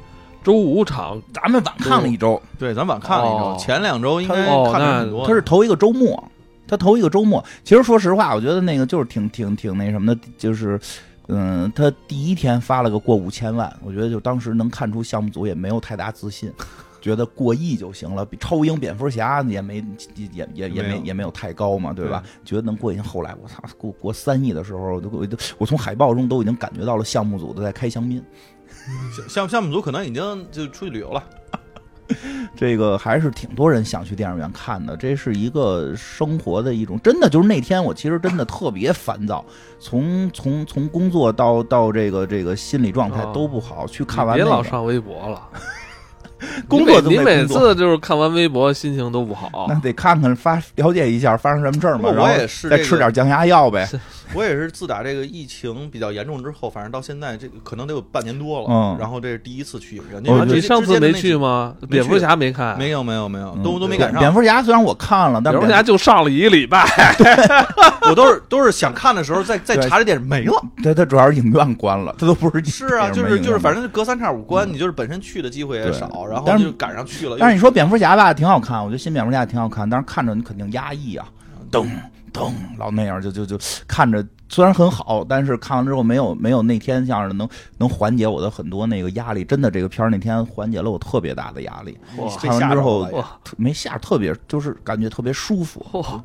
周五场，咱们晚看了一周，对，咱晚看了一哦周，前两周应该哦看那了很多。他是头一个周末，他头一个周末。其实说实话，我觉得那个就是挺挺挺那什么的，就是。嗯，他第一天发了个过五千万，我觉得就当时能看出项目组也没有太大自信， [laughs] 觉得过亿就行了，比超英、蝙蝠侠也没也也也没没有也没有太高嘛，对吧？觉得能过亿。后来我操，过过三亿的时候，我都我都我从海报中都已经感觉到了项目组的在开香槟。项项目组可能已经就出去旅游了。这个还是挺多人想去电影院看的，这是一个生活的一种，真的就是那天我其实真的特别烦躁，从从从工作到到这个这个心理状态哦都不好，去看你完别老那个上微博了， [laughs] 工作你都每你没每工作，次就是看完微博心情都不好那。得看看发了解一下发生什么事儿嘛，不然过后我也是再这个吃点降压药呗， [laughs] 我也是自打这个疫情比较严重之后，反正到现在这个可能得有半年多了。嗯哦然后这是第一次去影院，我因为觉得你之上之次前的没那几去吗？没去蝙蝠侠没看，没有没有没有，嗯都都没赶蝙上。蝠侠虽然我看了，但蝙是蝠侠就上了一个礼拜。我都是都是想看的时候再再查这电 [laughs] 影没了。对他主要是影院关了，他都不是是电啊，影就没是影就是，院反正是隔三差五关，你就是本身去的机会也对少，然后但是就赶上去了。嗯但是你说蝙蝠侠吧，挺好看，我觉得新蝙蝠侠挺好看，但是看着你肯定压抑啊，噔噔，老那样就就就看着虽然很好，但是看完之后没有没有那天像是能能缓解我的很多那个压力。真的，这个片儿那天缓解了我特别大的压力，哇看完之后哇特没下特别就是感觉特别舒服，嚯，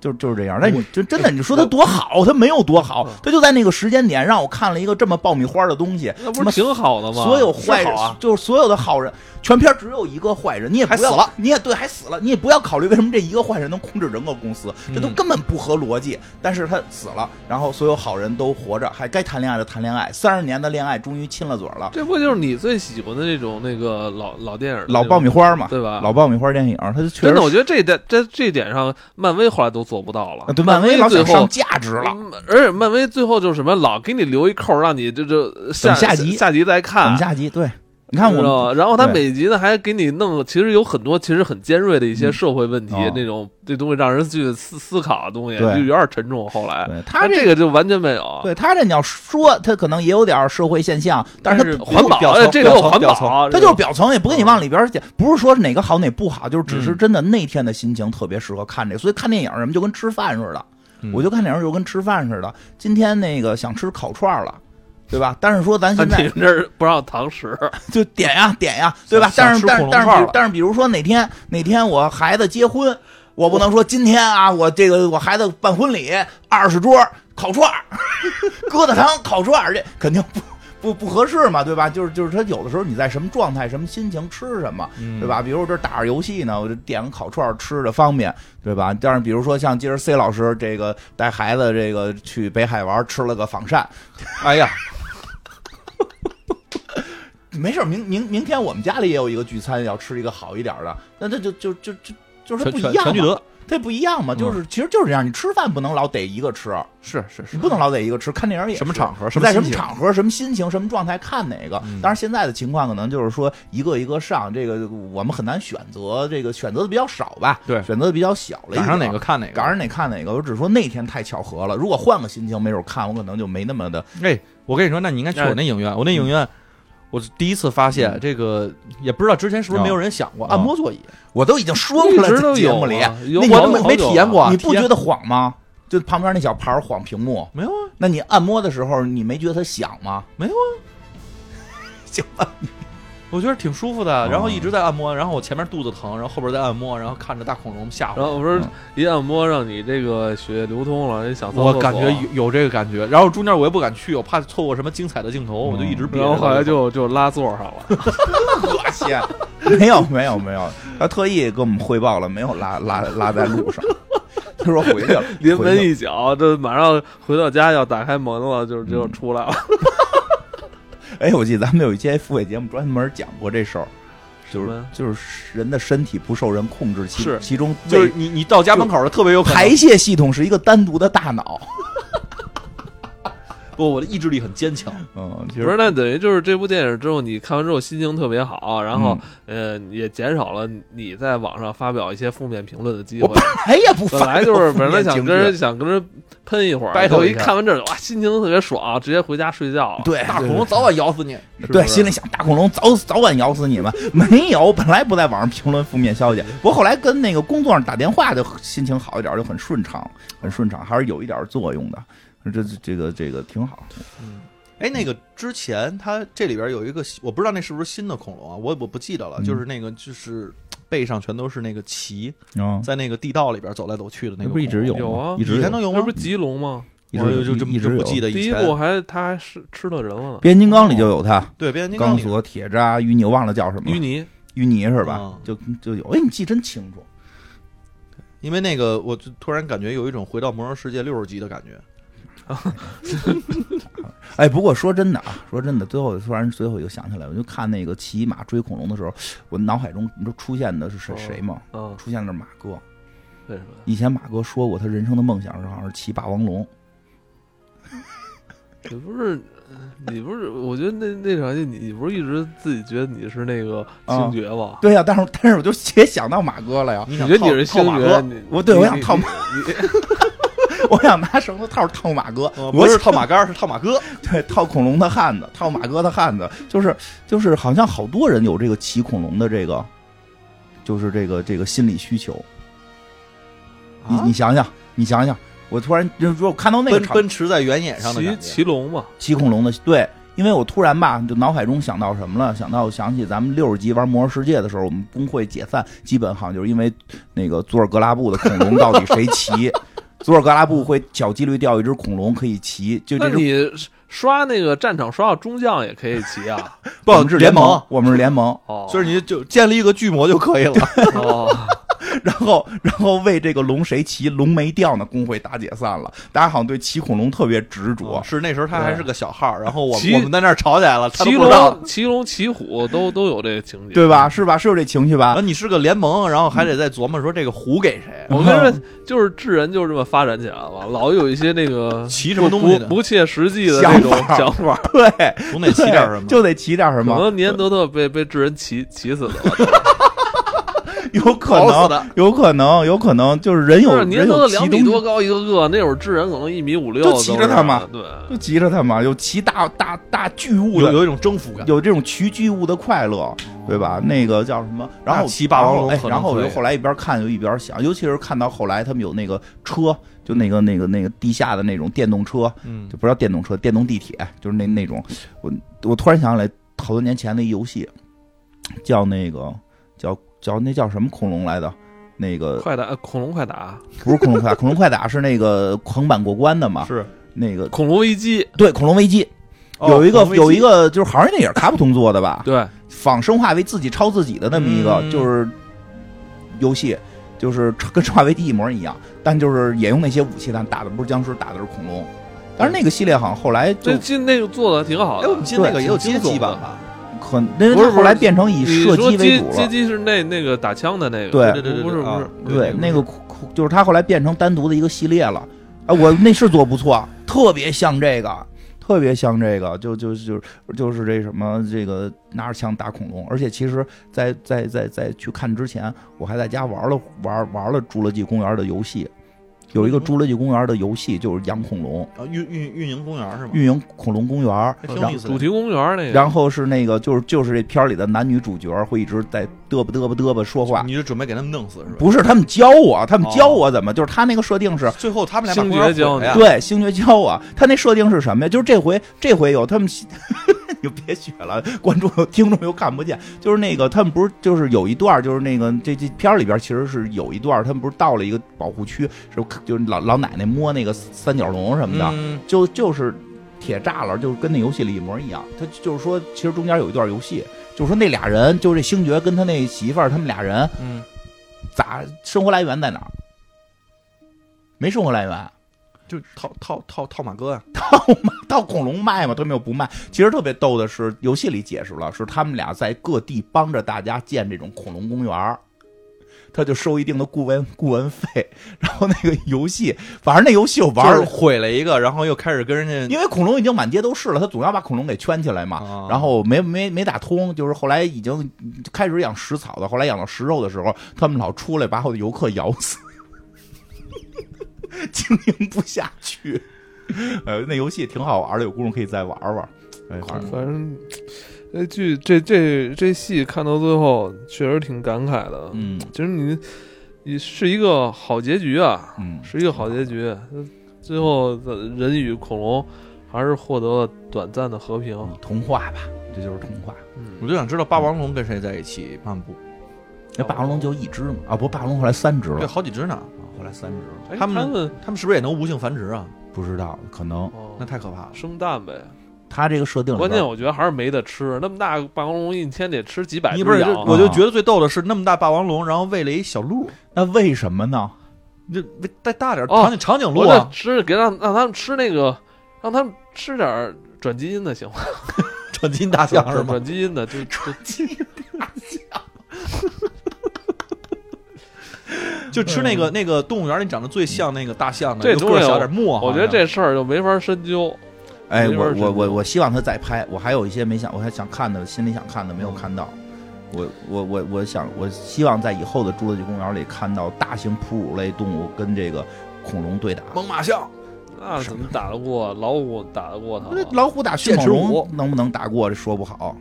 就是就是这样。但你就真的你说它多好，它没有多好，嗯它就在那个时间点让我看了一个这么爆米花的东西， [laughs] 那他不妈是挺好的吗？所有坏是人、好啊，就是所有的好人，全片只有一个坏人，你也不要还死了，你也对，还死了，你也不要考虑为什么这一个坏人能控制整个公司，嗯这都根本不合逻辑。但是他死了，然后所有好人都活着，还该谈恋爱的谈恋爱，三十年的恋爱终于亲了嘴儿了，这不就是你最喜欢的那种那个老老电影的那老种爆米花嘛，对吧老爆米花电影，他就确真实的，我觉得这一点这这一点上，漫威后来都做不到了啊。对漫漫威老最想后上，价值了。嗯而且漫威最后就是什么，老给你留一扣，让你这这下下集下集再我看们。下集对，你看我啊知道啊吧然们后他对每集呢还给你弄，其实有很多其实很尖锐的一些嗯社会问题，哦那种这东西让人去思思考的东西，就对有点沉重。后来对他但这个就完全没有，对他这你要说，他可能也有点儿社会现象，但是但是他不环保表，哎这个有环表层保，它就是表层，也不跟你往里边儿讲，不是说哪个好哪不好，就是只是嗯真的那天的心情特别适合看这个，所以看电影儿什么就跟吃饭似的，嗯我就看电影儿就跟吃饭似的。今天那个想吃烤串儿了。对吧？但是说咱啊现你在们这儿不让堂食，就点呀点呀，对吧？想但是吃但是火但是比如龙串儿了但是比如说哪天哪天我孩子结婚，我不能说今天啊，我这个我孩子办婚礼，二十桌烤串儿， [laughs] 疙瘩汤烤串儿，这肯定不不不合适嘛，对吧？就是就是他有的时候你在什么状态、什么心情吃什么，嗯对吧？比如我这打着游戏呢，我就点个烤串儿吃着方便，对吧？但是比如说像今儿 C 老师这个带孩子这个去北海玩，吃了个仿膳，哎呀， [laughs] 没事儿，明明明天我们家里也有一个聚餐，要吃一个好一点儿的，那这就就就就就是它不全全一样全聚嘛，德嗯这不一样嘛，就是其实就是这样，你吃饭不能老逮一个吃，是是是你，不能老逮一个吃，看电影也什么是场合什你么在什心么情？场合、什么心情、什么状态看哪个。嗯当然，现在的情况可能就是说一个一个上，这个我们很难选择，这个选择的比较少吧，对选择的比较小了一点。赶上哪个？看哪个，赶上哪看哪个？我只是说那天太巧合了，如果换个心情，没准看我可能就没那么的哎，我跟你说，那你应该去我那影院，我那影院。我第一次发现这个，也不知道之前是不是没有人想过哦按摩座椅， [laughs] 我都已经说一出来直在都节有目里，啊有那我你都们没没体验过啊，你不体验觉得晃吗？就旁边那小牌儿晃屏幕，没有啊？那你按摩的时候，你没觉得它响吗？没 [laughs] 有啊，行吧，我觉得挺舒服的，然后一直在按摩，然后我前面肚子疼，然后后边在按摩，然后看着大恐龙吓然唬后我说嗯一按摩让你这个血流通了，你想上我，厕我感觉所有有这个感觉，然后中间我又不敢去，我怕错过什么精彩的镜头，我就一直憋着。然后后来就就拉座上了，恶心。 [laughs] 没有没有没有，他特意给我们汇报了，没有拉拉拉在路上。 [laughs] 他说回去了，临回门去了一脚，这马上回到家要打开门了，就就出来了。哎，我记得咱们有一些付费节目专门讲过这事儿，就什是么就是人的身体不受人控制，其是其中就最是你你到家门口了，特别有可排能。泄系统是一个单独的大脑。不，我的意志力很坚强，嗯，其不是，实那等于就是这部电影之后，你看完之后心情特别好，然后、呃也减少了你在网上发表一些负面评论的机我会本。来也不本烦来这就是种负本来面想情跟绪人想跟人喷一会儿， battle 我一一下看完这哇，心情特别爽，直接回家睡觉了。对大恐对龙早晚咬死你。是不对，是心里想大恐龙早早晚咬死你们。没有，本来不在网上评论负面消息，我后来跟那个工作上打电话就心情好一点，就很顺 [laughs] 畅，很顺畅，还是有一点作用的。这这这个这个挺好，哎，那个之前它这里边有一个，我不知道那是不是新的恐龙啊，我我不记得了，嗯就是那个就是背上全都是那个鳍，嗯，在那个地道里边走来走去的那那个，不是一直有有吗啊？一直以前都有那吗不？是吉隆吗？一我直就就一就直不有。记变得第以一前部还他还是吃了人了呢，形金刚里就有它，对变哦形金刚钢里索、铁渣、淤泥，我忘了叫什么淤了，泥淤泥是吧嗯？就就有。哎，你记真清楚。因为那个，我就突然感觉有一种回到魔兽世界六十级的感觉。哎，不过说真的啊，说真的，最后突然最后又想起来，我就看那个骑马追恐龙的时候，我脑海中你知道出现的是谁哦谁吗？啊？出现了马哥。为什么？以前马哥说过，他人生的梦想是好像是骑霸王龙。你不是呃你不是？我觉得那那场戏你你不是一直自己觉得你是那个啊星爵吗？对呀、但是 [laughs] 但是我就也想到马哥了呀，你你想觉得套你是套星马爵？哥？你我对你我想你套马你我想拿绳子套套马哥，呃我不是套马杆儿，是套马哥。对套恐龙的汉子，套马哥的汉子，就是就是好像好多人有这个骑恐龙的这个，就是这个这个心理需求。你啊你想想，你想想，我突然就是我看到那个奔场景奔驰在原野上的骑感觉，骑龙嘛，七恐龙的对，因为我突然吧，就脑海中想到什么了，想到想起咱们六十集玩《魔兽世界》的时候，我们工会解散，基本好像就是因为那个佐尔格拉布的恐龙到底谁 [laughs] 骑，佐尔格拉布会小几率掉一只恐龙可以骑，就那这只你刷那个战场刷到中将也可以骑啊？我们是联联盟盟，我们是联 [laughs] 盟，哦， [laughs] 就是你就建立一个巨魔就可以了。哦，然后然后为这个龙谁骑，龙没掉呢，工会大解散了，大家好像对骑恐龙特别执着。啊是那时候他还是个小号，然后我骑我们在那儿吵起来了， [laughs] 他都骑不知道。龙、骑龙、骑虎都都有这个情节，对吧？是吧？是有这情绪然吧后？啊你是个联盟，然后还得再琢磨说这个虎给谁。啊嗯我跟你说，就是智人就是这么发展起来了，老有一些那 [laughs] 个骑什么东西呢不不切实际的那种想法想法，对，总得骑点什么。 [laughs] 就得骑点什可么，能尼安德特被被智人骑骑死了。 [laughs] 有可搞能死的，有可能，有可能就是人有但是尼安人德特有骑两米东多高一个个，那会儿智人可能一米五六，就骑着它嘛都是啊就急着他嘛，有骑大大大巨物有的，有一种征服感，有这种骑巨物的快乐，对吧？那个叫什么？然后那骑霸王龙哎可，能然后我可就以后来一边看就一边想，尤其是看到后来他们有那个车，就那个那个那个地下的那种电动车，嗯，就不叫电动车，电动地铁，就是那那种。我我突然想起来，好多年前的一游戏，叫那个叫叫那叫什么恐龙来的？那对，个快打呃恐龙快打，不是恐龙快打，恐龙快打是那个横版过关的嘛？是那个恐龙危机，对，恐龙危机。哦有一个恐龙危机有一个就是好像那也是卡普通做的吧，对，仿生化为自己抄自己的那么一个、嗯就是游戏，就是 [laughs] 跟生化危机一模一样，但就是也用那些武器，但打的不是僵尸，打的是恐龙。但是那个系列好像后来就这这那个做的挺好哎，的我们。进那个也有街机版对吧？很，那不是后来变成以你射说击为街主街了。机是那那个打枪的那个，对对对对，不是对不是啊，对，那个个恐恐就是它后来变成单独的一个系列了。哎，我那是做不错，特别像这个，特别像这个，就就就就是这什么这个拿着枪打恐龙，而且其实在在在在去看之前，我还在家玩了玩玩了《侏罗纪公园》的游戏，有一个《侏罗纪公园》的游戏就是养恐龙，啊运运运营公园是吗？运营恐龙公园，还然挺有后意思主的。题公园那个，然后是那个就是就是这片儿里的男女主角会一直在嘚吧嘚吧嘚吧说话，你是准备给他们弄死是吧？不是他们教我，他们哦教我怎么，就是他那个设定是最后他们俩把星公爵园教毁了呀，对，星爵教啊，他那设定是什么呀？就是这回这回有他们， [laughs] 你就别学了，观众听众又看不见。就是那个他们不是就是有一段儿就是那个这这片儿里边儿其实是有一段儿他们不是到了一个保护区，是就是老老奶奶摸那个三角龙什么的，嗯，就就是铁栅栏，就是跟那游戏里一模一样。他就是说，其实中间有一段游戏，就是说那俩人，就是这星爵跟他那媳妇儿，他们俩人，嗯，咋生活来源在哪儿？没生活来源，就套套套套马哥呀，啊到 [laughs] 恐龙卖嘛，他们又不卖。其实特别逗的是，游戏里解释了，是他们俩在各地帮着大家建这种恐龙公园儿他就收一定的顾问顾问费，然后那个游戏，反正那游戏我玩玩儿儿毁了一个，然后又开始跟人家因为恐龙已经满街都是了，他总要把恐龙给圈起来嘛。啊然后没没没打通，就是后来已经开始养食草的，后来养到食肉的时候，他们老出来把我的游客咬死， [laughs] 经营不下去。呃，那游戏挺好玩的，有功夫可以再玩玩。哎，反正反正这剧这这这戏看到最后确实挺感慨的。嗯其实你你是一个好结局啊，嗯，是一个好结局。最后人与恐龙还是获得了短暂的和平。嗯童话吧，这就是童话。我嗯，就想知道霸王龙跟谁在一起漫步，那霸王龙就一只嘛，啊不，霸王龙后来三只对，了，好几只呢，后来三只了，哎他们他们他们是不是也能无性繁殖啊？不知道，可能哦那太可怕了。生蛋呗。他这个设定里关边键我觉得还是没得吃，那么大个霸王龙一天得吃几百你只不是，羊就啊，我就觉得最逗的是那么大霸王龙，然后喂了一小鹿，那为什么呢？你就再大点儿哦长颈长颈鹿我得啊，吃给让让他们吃那个，让他们吃点儿转基因的行吗？ [laughs] 转基因大象是转吗？转基因的就就就吃那个嗯那个动物园里长得最像那个大象的，这就东个儿西小我点儿墨好像，我觉得这事儿就没法深究。哎，没法我深我我究我希望他再拍，我还有一些没想，我还想看的，心里想看的没有看到。我我我我想，我希望在以后的《侏罗纪公园》里看到大型哺乳类动物跟这个恐龙对打。猛犸象，那怎么打得过老虎？打得过他那吗？老虎打迅猛剑齿龙虎能不能打过？这说不好。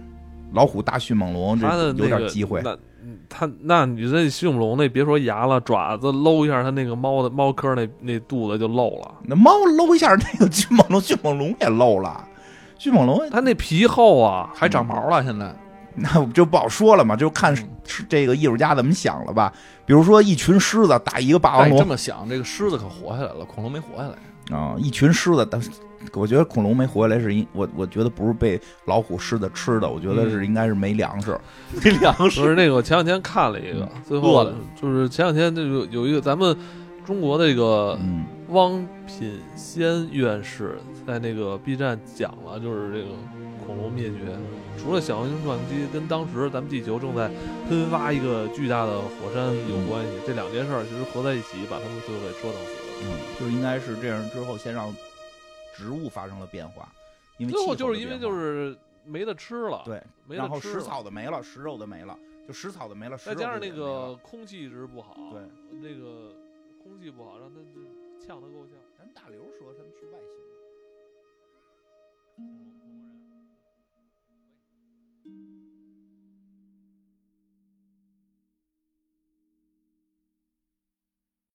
老虎打迅猛龙，这他的有那点个机会。那嗯他，那你这迅猛龙那别说牙了，爪子搂一下，它那个猫的猫科那那肚子就漏了。那猫搂一下，那个迅猛龙，迅猛龙也漏了，迅猛龙它那皮厚啊，还长毛了，现在那就不好说了嘛，就看是是这个艺术家怎么想了吧。比如说一群狮子打一个霸王哎，这龙么想，这个狮子可活下来了，恐龙没活下来。啊、一群狮子，但是我觉得恐龙没活下来是因我我觉得不是被老虎、狮子吃的，我觉得嗯是应该是没粮食。 [laughs] 这粮就食是那个前两天看了一个，嗯最饿后了就是前两天那个有一个咱们中国的这个嗯，汪品先院士在那个 B 站讲了，就是这个恐龙灭绝，除了小行星撞击跟当时咱们地球正在喷发一个巨大的火山有关系，这两件事儿其实合在一起，把他们最后给折腾死了。嗯，就应该是这样。之后先让植物发生了变化，因为最后气候就是的因为变就化是没得吃了，，对，没然得后吃食了，草的没了，食肉的没了，就食草的没了，食再肉的加上那也没了个空气一直不好，对，那个空气不好，让它就呛得够呛。咱大刘说他们去外星了。